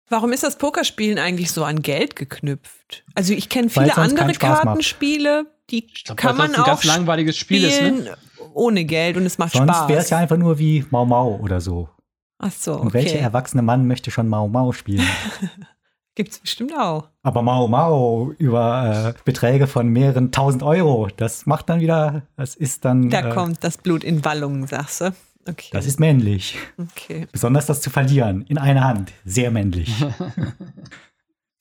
S2: Warum ist das Pokerspielen eigentlich so an Geld geknüpft? Also ich kenne
S1: Weil
S2: viele
S1: sonst keinen
S2: andere
S1: Spaß macht.
S2: Kartenspiele, die
S3: Ich glaub,
S2: kann
S3: weil
S2: man
S3: das ein
S2: auch
S3: ganz langweiliges Spiel ist, ne?
S2: spielen ohne Geld und es macht
S1: Sonst
S2: Spaß.
S1: wäre es ja einfach nur wie Mau Mau oder so.
S2: Ach so,
S1: Und welcher
S2: okay.
S1: erwachsene Mann möchte schon Mau Mau spielen?
S2: Gibt's bestimmt auch.
S1: Aber Mau Mau über äh, Beträge von mehreren tausend Euro, das macht dann wieder, das ist dann,
S2: Da
S1: äh,
S2: kommt das Blut in Wallungen, sagst du. Okay.
S1: das ist männlich.
S2: okay.
S1: Besonders das zu verlieren, in einer Hand, sehr
S2: *laughs*
S1: männlich.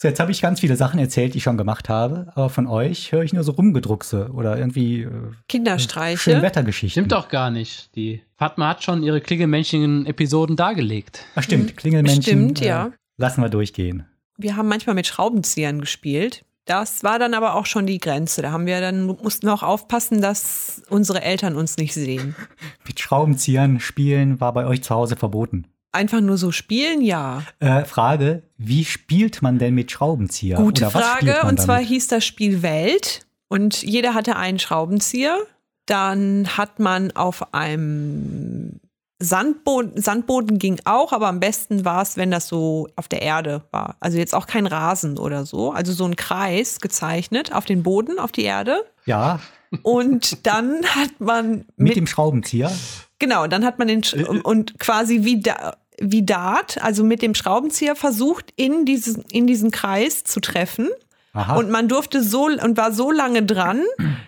S1: so, jetzt habe ich ganz viele Sachen erzählt, die ich schon gemacht habe, aber von euch höre ich nur so Rumgedruckse oder irgendwie äh, schöne
S2: Kinderstreiche.
S1: Wettergeschichten.
S3: Stimmt doch gar nicht. Die Fatma hat schon ihre Klingelmännchen-Episoden dargelegt.
S1: Ach, stimmt, Klingelmännchen.
S2: Mhm.
S1: äh,
S2: Stimmt, ja.
S1: Lassen wir durchgehen.
S2: Wir haben manchmal mit Schraubenziehern gespielt. Das war dann aber auch schon die Grenze. Da haben wir dann mussten wir auch aufpassen, dass unsere Eltern uns nicht sehen.
S1: Mit Schraubenziehern spielen war bei euch zu Hause verboten.
S2: Einfach nur so spielen, ja.
S1: Äh, Frage, wie spielt man denn mit Schraubenzieher?
S2: Gute
S1: Äh, Oder was spielt
S2: Frage.
S1: man
S2: Und zwar
S1: damit?
S2: hieß das Spiel Welt und jeder hatte einen Schraubenzieher. Dann hat man auf einem Sandboden, Sandboden ging auch, aber am besten war es, wenn das so auf der Erde war. Also jetzt auch kein Rasen oder so. Also so ein Kreis gezeichnet auf den Boden, auf die Erde.
S1: Ja, *laughs*
S2: Und dann hat man
S1: mit,
S2: mit,
S1: dem Schraubenzieher.
S2: genau, dann hat man den
S1: Äh,
S2: Sch und, und quasi wie da wie Dart, also mit dem Schraubenzieher versucht, in diesen, in diesen Kreis zu treffen.
S1: Aha.
S2: Und man durfte so und war so lange dran,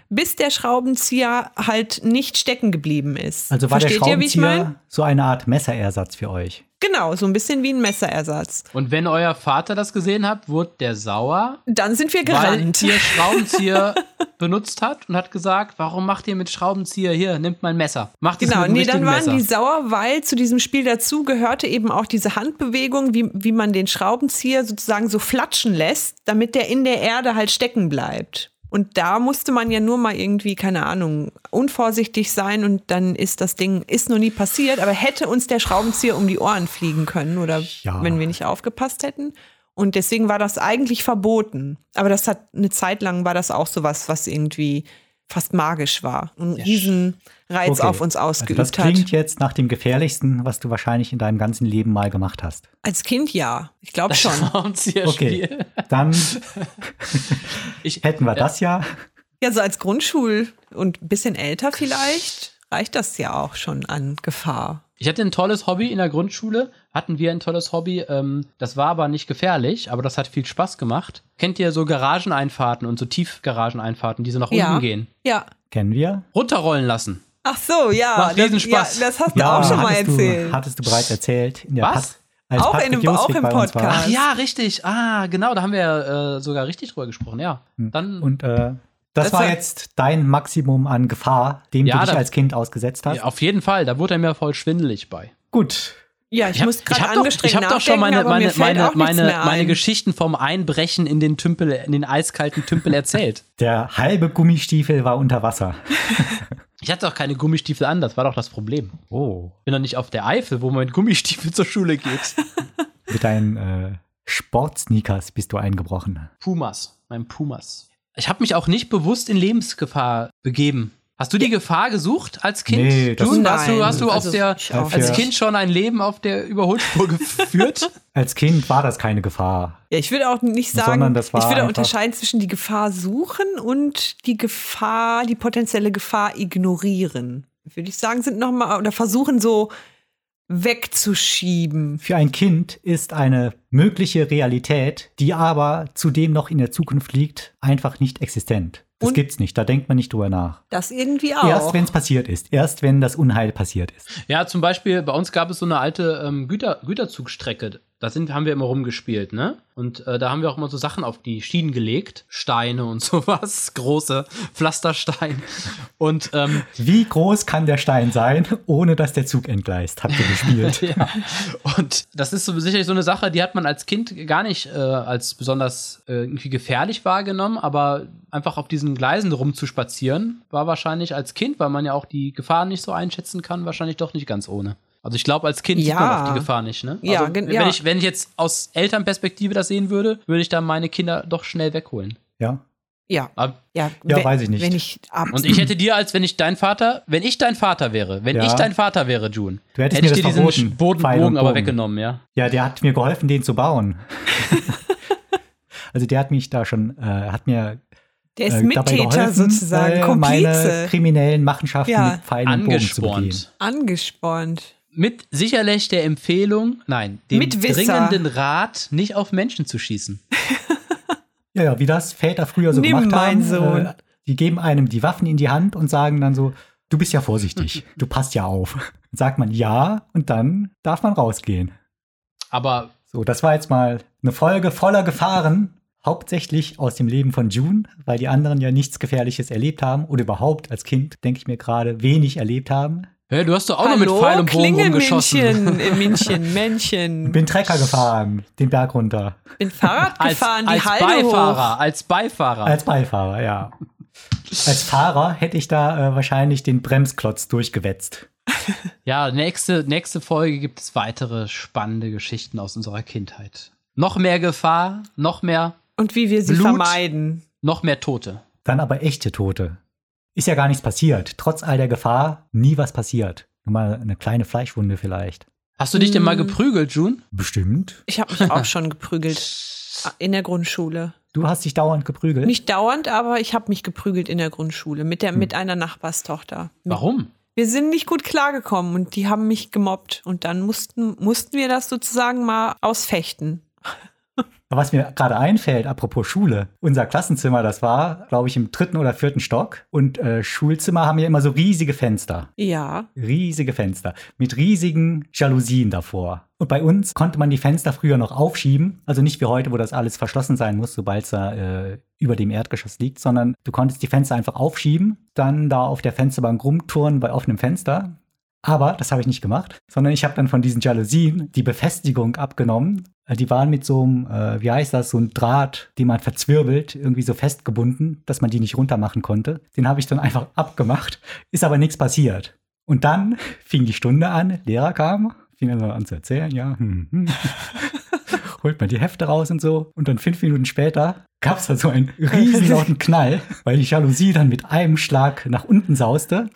S2: bis der Schraubenzieher halt nicht stecken geblieben ist.
S1: also war der
S2: Versteht ihr, wie ich
S1: Schraubenzieher
S2: mein?
S1: so eine Art Messerersatz für euch.
S2: Genau, so ein bisschen wie ein Messerersatz.
S3: Und wenn euer Vater das gesehen hat, wurde der sauer,
S2: Dann sind wir
S3: weil
S2: gerannt.
S3: ihr Schraubenzieher *laughs* benutzt hat und hat gesagt, warum macht ihr mit Schraubenzieher hier, nimmt mein Messer. Macht es
S2: Genau,
S3: mit dem
S2: nee,
S3: richtigen
S2: dann waren
S3: Messer.
S2: die
S3: *laughs*
S2: sauer, weil zu diesem Spiel dazu gehörte eben auch diese Handbewegung, wie, wie man den Schraubenzieher sozusagen so flatschen lässt, damit der in der Erde halt stecken bleibt. Und da musste man ja nur mal irgendwie, keine Ahnung, unvorsichtig sein und dann ist das Ding, ist noch nie passiert, aber hätte uns der Schraubenzieher um die Ohren fliegen können oder
S1: Ja.
S2: wenn wir nicht aufgepasst hätten. Und deswegen war das eigentlich verboten. Aber das hat eine Zeit lang war das auch sowas, was irgendwie fast magisch war. Einen
S3: Ja,
S2: Riesenreiz
S1: Okay.
S2: auf uns
S1: Also
S2: ausgeübt
S1: das
S2: hat.
S1: klingt jetzt nach dem gefährlichsten, was du wahrscheinlich in deinem ganzen Leben mal gemacht hast.
S2: Als Kind ja, ich *laughs* glaube schon.
S1: Okay.
S2: *laughs*
S1: Dann
S3: Ich,
S1: hätten wir das ja.
S2: Ja, so als Grundschul und ein bisschen älter vielleicht reicht das ja auch schon an Gefahr.
S3: Ich hatte ein tolles Hobby in der Grundschule, hatten wir ein tolles Hobby. Ähm, das war aber nicht gefährlich, aber das hat viel Spaß gemacht. Kennt ihr so Garageneinfahrten und so Tiefgarageneinfahrten, die so nach
S2: Ja.
S3: unten gehen?
S2: Ja.
S1: Kennen wir.
S3: Runterrollen lassen.
S2: Ach so, ja.
S3: Macht
S2: das,
S3: Riesenspaß.
S2: Ja, das hast du auch schon mal
S1: hattest
S2: erzählt.
S1: Du, hattest du bereits erzählt. In der
S3: Was?
S1: Pat- als
S2: Auch in
S1: Patrick
S2: dem- auch
S1: Joswig
S2: im
S1: bei uns war.
S2: Podcast.
S3: Ach ja, richtig. Ah, genau, da haben wir ja, äh, sogar richtig drüber gesprochen, ja.
S2: Hm.
S3: Dann,
S1: Und äh, das,
S2: Das
S1: war
S2: war-
S1: jetzt dein Maximum an Gefahr, dem
S3: Ja,
S1: du dich
S3: da-
S1: als Kind ausgesetzt hast.
S3: ja, auf jeden Fall, da wurde er mir voll schwindelig bei.
S1: Gut.
S2: ja, ich,
S3: hab-
S2: muss gerade
S3: hab doch-
S2: angestrengt
S3: Ich habe doch
S2: nachdenken,
S3: schon meine,
S2: aber mir
S3: meine,
S2: fällt
S3: meine,
S2: auch nichts
S3: meine,
S2: mehr
S3: meine
S2: ein.
S3: Geschichten vom Einbrechen in den Tümpel, in den eiskalten Tümpel erzählt.
S1: Der halbe Gummistiefel war unter Wasser.
S3: Ich hatte auch keine Gummistiefel an, das war doch das Problem.
S1: Oh.
S3: bin doch nicht auf der Eifel, wo man mit Gummistiefeln zur Schule geht.
S1: Mit deinen äh, Sportsneakers bist du eingebrochen.
S3: Pumas, mein Pumas. Ich habe mich auch nicht bewusst in Lebensgefahr begeben. Hast du die Gefahr gesucht als Kind?
S1: Nee, das-
S3: du, hast du, hast du
S2: Nein,
S3: auf
S2: also
S3: der,
S2: ich
S1: auch
S3: als
S1: nicht.
S3: Kind schon ein Leben auf der *laughs* Überholspur geführt?
S1: Als Kind war das keine Gefahr.
S2: Ja, ich würde auch nicht sagen,
S1: Sondern das
S2: ich
S1: war
S2: würde
S1: einfach-
S2: unterscheiden zwischen die Gefahr suchen und die Gefahr, die potenzielle Gefahr ignorieren. Würde ich sagen, sind nochmal, oder versuchen so wegzuschieben.
S1: Für ein Kind ist eine mögliche Realität, die aber zudem noch in der Zukunft liegt, einfach nicht existent. Das
S2: Und-
S1: gibt's nicht, da denkt man nicht drüber nach.
S2: Das irgendwie auch.
S1: Erst wenn es passiert ist, erst wenn das Unheil passiert ist.
S3: ja, zum Beispiel, bei uns gab es so eine alte ähm, Güter, Güterzugstrecke. Da sind, haben wir immer rumgespielt, ne? Und äh, da haben wir auch immer so Sachen auf die Schienen gelegt. Steine und *laughs* sowas. Große Pflastersteine. Und ähm,
S1: Wie groß kann der Stein sein, *laughs* ohne dass der Zug entgleist? Habt ihr gespielt.
S3: *laughs* Ja. Und das ist so, sicherlich so eine Sache, die hat man als Kind gar nicht äh, als besonders äh, irgendwie gefährlich wahrgenommen, aber einfach auf diesen Gleisen rumzuspazieren, war wahrscheinlich als Kind, weil man ja auch die Gefahren nicht so einschätzen kann, wahrscheinlich doch nicht ganz ohne. Also ich glaube, als Kind sieht man
S2: Ja.
S3: auch die Gefahr nicht, ne?
S2: Ja,
S3: also,
S2: gen-
S3: wenn,
S2: ja.
S3: ich, wenn ich jetzt aus Elternperspektive das sehen würde, würde ich da meine Kinder doch schnell wegholen.
S1: ja.
S2: ja,
S3: Aber,
S2: ja,
S1: Ja,
S2: wenn-
S1: weiß ich nicht.
S2: Wenn ich ab
S3: und ich hätte dir, als wenn ich dein Vater, wenn ich dein Vater wäre, wenn
S1: Ja.
S3: ich dein Vater wäre, June,
S1: Du hättest
S3: hätte ich
S1: mir
S3: dir
S1: das
S3: diesen
S1: verboten, Pfeil und
S3: Bodenbogen aber
S1: Bogen.
S3: weggenommen, ja.
S1: Ja, der hat mir geholfen, den zu bauen. also der hat mich da schon, äh, hat mir
S2: der ist
S1: äh, dabei
S2: Mittäter
S1: geholfen,
S2: sozusagen,
S1: äh, meine
S2: Komplize,
S1: kriminellen Machenschaften
S2: Ja.
S1: mit Pfeilen und Bogen zu begehen.
S3: angespornt.
S2: angespornt.
S3: Mit sicherlich der Empfehlung, nein, dem
S2: Mitwisser.
S3: dringenden Rat, nicht auf Menschen zu schießen.
S1: Ja, ja, wie das Väter früher so
S2: Nimm
S1: gemacht haben.
S2: meinen Sohn.
S1: Äh, die geben einem die Waffen in die Hand und sagen dann so, du bist ja vorsichtig, du passt ja auf. Dann sagt man ja und dann darf man rausgehen.
S3: Aber
S1: So, das war jetzt mal eine Folge voller Gefahren, hauptsächlich aus dem Leben von June, weil die anderen ja nichts Gefährliches erlebt haben oder überhaupt als Kind, denke ich mir gerade, wenig erlebt haben.
S3: hä, du hast doch auch noch
S2: Hallo,
S3: mit Pfeil und Bogen rumgeschossen.
S2: Klingelmännchen, äh, Männchen,
S1: *laughs*
S2: Männchen.
S1: Bin Trecker gefahren, den Berg runter,
S2: bin Fahrrad
S3: Als,
S2: gefahren, die
S3: als
S2: Halde hoch.
S3: Beifahrer, als Beifahrer.
S1: als Beifahrer, ja. Als Fahrer hätte ich da äh, wahrscheinlich den Bremsklotz durchgewetzt.
S3: ja, nächste, nächste Folge gibt es weitere spannende Geschichten aus unserer Kindheit. Noch mehr Gefahr, noch mehr,
S2: Und wie wir sie
S3: Blut.
S2: vermeiden.
S3: noch mehr Tote.
S1: Dann aber echte Tote. Ist ja gar nichts passiert. Trotz all der Gefahr, nie was passiert. Nur mal eine kleine Fleischwunde vielleicht.
S3: Hast du dich denn mal
S2: Hm.
S3: geprügelt, June?
S1: Bestimmt.
S2: Ich habe mich auch schon geprügelt
S1: *laughs*
S2: in der Grundschule.
S1: Du hast dich dauernd geprügelt.
S2: Nicht dauernd, aber ich habe mich geprügelt in der Grundschule mit, der,
S1: Hm.
S2: mit einer Nachbarstochter.
S3: Warum?
S2: Wir sind nicht gut klargekommen und die haben mich gemobbt. Und dann mussten, mussten wir das sozusagen mal ausfechten.
S1: Aber Was mir gerade einfällt, apropos Schule, unser Klassenzimmer, das war, glaube ich, im dritten oder vierten Stock. Und äh, Schulzimmer haben ja immer so riesige Fenster.
S2: Ja.
S1: Riesige Fenster mit riesigen Jalousien davor. Und bei uns konnte man die Fenster früher noch aufschieben. Also nicht wie heute, wo das alles verschlossen sein muss, sobald es da äh, über dem Erdgeschoss liegt, sondern du konntest die Fenster einfach aufschieben, dann da auf der Fensterbank rumtouren bei offenem Fenster. Aber das habe ich nicht gemacht, sondern ich habe dann von diesen Jalousien die Befestigung abgenommen. Äh, Die waren mit so einem, äh, wie heißt das, so einem Draht, den man verzwirbelt, irgendwie so festgebunden, dass man die nicht runter machen konnte. Den habe ich dann einfach abgemacht, ist aber nichts passiert. Und dann fing die Stunde an, Lehrer kam, fing dann so an zu erzählen, ja. Hm, hm. holt man die Hefte raus und so. Und dann fünf Minuten später gab es da so einen riesenlauten Knall, weil die Jalousie dann mit einem Schlag nach unten sauste.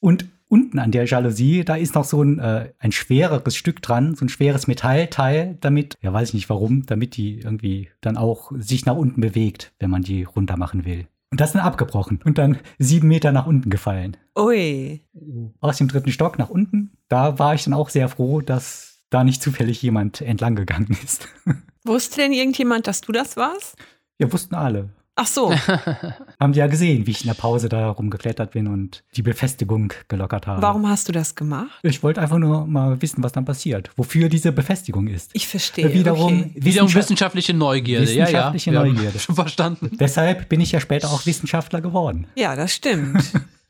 S1: Und unten an der Jalousie, da ist noch so ein, äh, ein schwereres Stück dran, so ein schweres Metallteil, damit, ja weiß ich nicht warum, damit die irgendwie dann auch sich nach unten bewegt, wenn man die runter machen will. Und das ist dann abgebrochen und dann sieben Meter nach unten gefallen.
S2: Ui.
S1: Aus dem dritten Stock nach unten. Da war ich dann auch sehr froh, dass da nicht zufällig jemand entlang gegangen *laughs* ist.
S2: Wusste denn irgendjemand, dass du das warst?
S1: Ja, wussten alle. *laughs*
S2: Ach so.
S1: Haben die ja gesehen, wie ich in der Pause da rumgeklettert bin und die Befestigung gelockert habe.
S2: Warum hast du das gemacht?
S1: Ich wollte einfach nur mal wissen, was dann passiert, wofür diese Befestigung ist. Äh,
S2: Ich verstehe.
S1: Wiederum,
S2: Okay.
S3: Wiederum
S1: Wissenschaft-
S3: um wissenschaftliche Neugierde.
S1: Wissenschaftliche
S3: ja, ja. Wir haben
S1: Neugierde.
S3: *laughs* Schon verstanden.
S1: Deshalb bin ich ja später auch Wissenschaftler geworden.
S2: Ja, das
S1: *laughs*
S2: stimmt.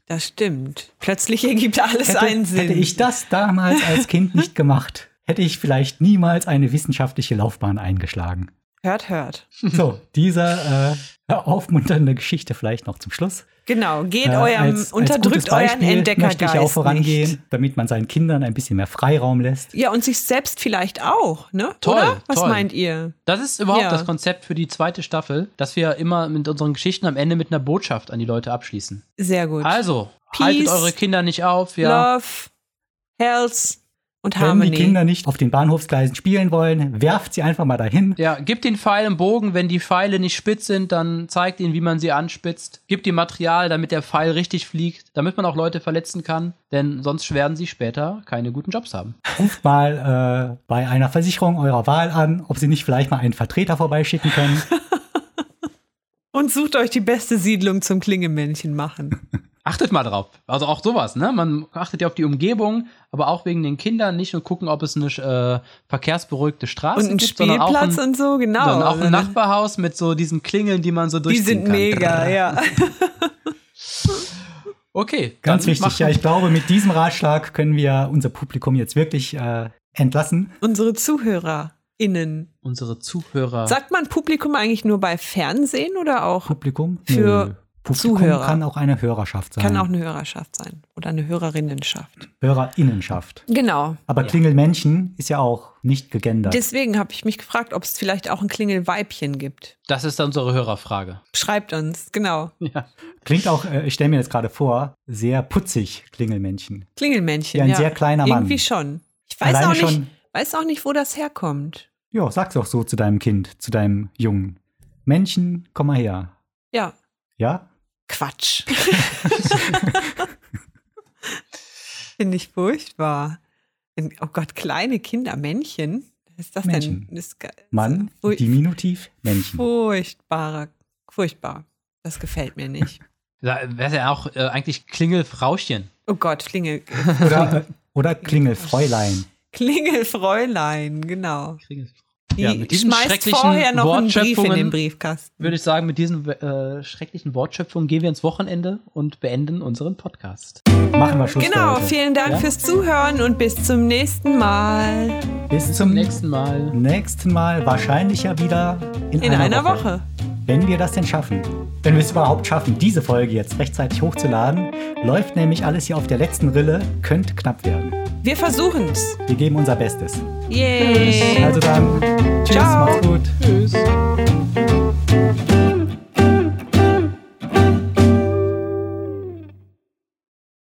S2: Das stimmt. Plötzlich ergibt alles einen
S1: Hätte,
S2: Sinn.
S1: hätte ich das damals als Kind nicht gemacht, hätte ich vielleicht niemals eine wissenschaftliche Laufbahn eingeschlagen.
S2: Hört, hört.
S1: So, dieser äh, aufmunternde Geschichte vielleicht noch zum Schluss.
S2: Genau. Geht
S1: Äh,
S2: eurem,
S1: als- als
S2: unterdrückt
S1: gutes
S2: euren
S1: Beispiel
S2: Entdeckergeist.
S1: möchte ich auch vorangehen,
S2: Nicht.
S1: damit man seinen Kindern ein bisschen mehr Freiraum lässt.
S2: Ja, und sich selbst vielleicht auch, ne?
S3: Toll,
S2: Oder? Was
S3: toll.
S2: meint ihr?
S3: Das ist überhaupt
S2: Ja.
S3: das Konzept für die zweite Staffel, dass wir immer mit unseren Geschichten am Ende mit einer Botschaft an die Leute abschließen.
S2: Sehr gut.
S3: Also,
S2: Peace,
S3: haltet eure Kinder nicht auf. Ja.
S2: Love, Health und
S1: Wenn
S2: Harmony.
S1: die Kinder nicht auf den Bahnhofsgleisen spielen wollen, werft sie einfach mal dahin.
S3: Ja, gebt den Pfeil im Bogen. Wenn die Pfeile nicht spitz sind, dann zeigt ihnen, wie man sie anspitzt. Gebt ihm Material, damit der Pfeil richtig fliegt, damit man auch Leute verletzen kann, denn sonst werden sie später keine guten Jobs haben.
S1: Ruft mal äh, bei einer Versicherung eurer Wahl an, ob sie nicht vielleicht mal einen Vertreter vorbeischicken
S2: *laughs*
S1: können.
S2: Und sucht euch die beste Siedlung zum Klingemännchen machen.
S3: Achtet mal drauf. Also auch sowas, ne? Man achtet ja auf die Umgebung, aber auch wegen den Kindern nicht nur gucken, ob es eine äh, verkehrsberuhigte Straße
S2: Und einen
S3: gibt, sondern auch
S2: Spielplatz und so, genau.
S3: Dann auch ein
S2: Also,
S3: Nachbarhaus mit so diesen Klingeln, die man so
S2: die
S3: durchziehen
S2: sind
S1: *laughs*
S3: kann.
S2: mega, ja.
S3: Okay,
S1: Ganz
S3: dann
S1: wichtig,
S3: machen-
S1: ja, ich glaube, mit diesem Ratschlag können wir unser Publikum jetzt wirklich äh, entlassen.
S2: Unsere ZuhörerInnen.
S3: Unsere Zuhörer.
S2: Sagt man Publikum eigentlich nur bei Fernsehen oder auch?
S1: Publikum?
S2: Für
S1: Nö. Publikum
S2: Zuhörer.
S1: kann auch eine Hörerschaft sein.
S2: Kann auch eine Hörerschaft sein oder eine Hörerinnenschaft.
S1: Hörerinnenschaft.
S2: Genau.
S1: Aber Klingelmännchen ist ja auch nicht gegendert.
S2: Deswegen habe ich mich gefragt, ob es vielleicht auch ein Klingelweibchen gibt.
S3: das ist dann unsere Hörerfrage.
S2: Schreibt uns, genau.
S3: Ja.
S1: Klingt auch, äh, ich stelle mir das gerade vor, sehr putzig, Klingelmännchen.
S2: Klingelmännchen.
S1: Ja, ein sehr kleiner Mann.
S2: Irgendwie schon. Ich weiß
S1: Alleine
S2: auch, nicht,
S1: schon-
S2: weiß auch nicht, wo das herkommt.
S1: Ja, sag's doch so zu deinem Kind, zu deinem Jungen. Männchen, komm mal her.
S2: Ja,
S1: Ja?
S2: Quatsch. Finde ich furchtbar. Ein- Oh Gott, kleine Kinder, Männchen. Was ist das
S1: Männchen.
S2: denn? Das ist ge-
S1: Mann,
S2: Furch-
S1: Diminutiv, Männchen.
S2: Furchtbare, furchtbar. Das gefällt mir nicht.
S3: Da wäre ja auch äh, eigentlich Klingelfrauchen.
S2: Oh Gott, Klingel,
S1: Oder, äh, oder Klingelfräulein.
S2: Klingelfräulein, genau. Die
S3: Ja, mit diesen
S2: schmeißt
S3: schrecklichen
S2: vorher noch einen Brief in
S3: Wortschöpfungen
S2: den Briefkasten.
S3: Würde ich sagen, mit diesen äh, schrecklichen Wortschöpfungen gehen wir ins Wochenende und beenden unseren Podcast.
S1: Machen wir Schluss für
S2: Genau,
S1: heute.
S2: vielen Dank
S1: Ja?
S2: fürs Zuhören und bis zum nächsten Mal.
S1: Bis
S3: Zum
S1: zum nächsten,
S3: nächsten Mal.
S1: Mal, wahrscheinlich ja wieder in,
S2: In einer Woche.
S1: Wenn wir das denn schaffen. Wenn wir es überhaupt schaffen, diese Folge jetzt rechtzeitig hochzuladen, läuft nämlich alles hier auf der letzten Rille, könnte knapp werden.
S2: Wir versuchen's.
S1: Wir geben unser Bestes.
S2: Yay.
S1: Also dann, tschüss,
S2: Ciao.
S1: macht's gut. Tschüss.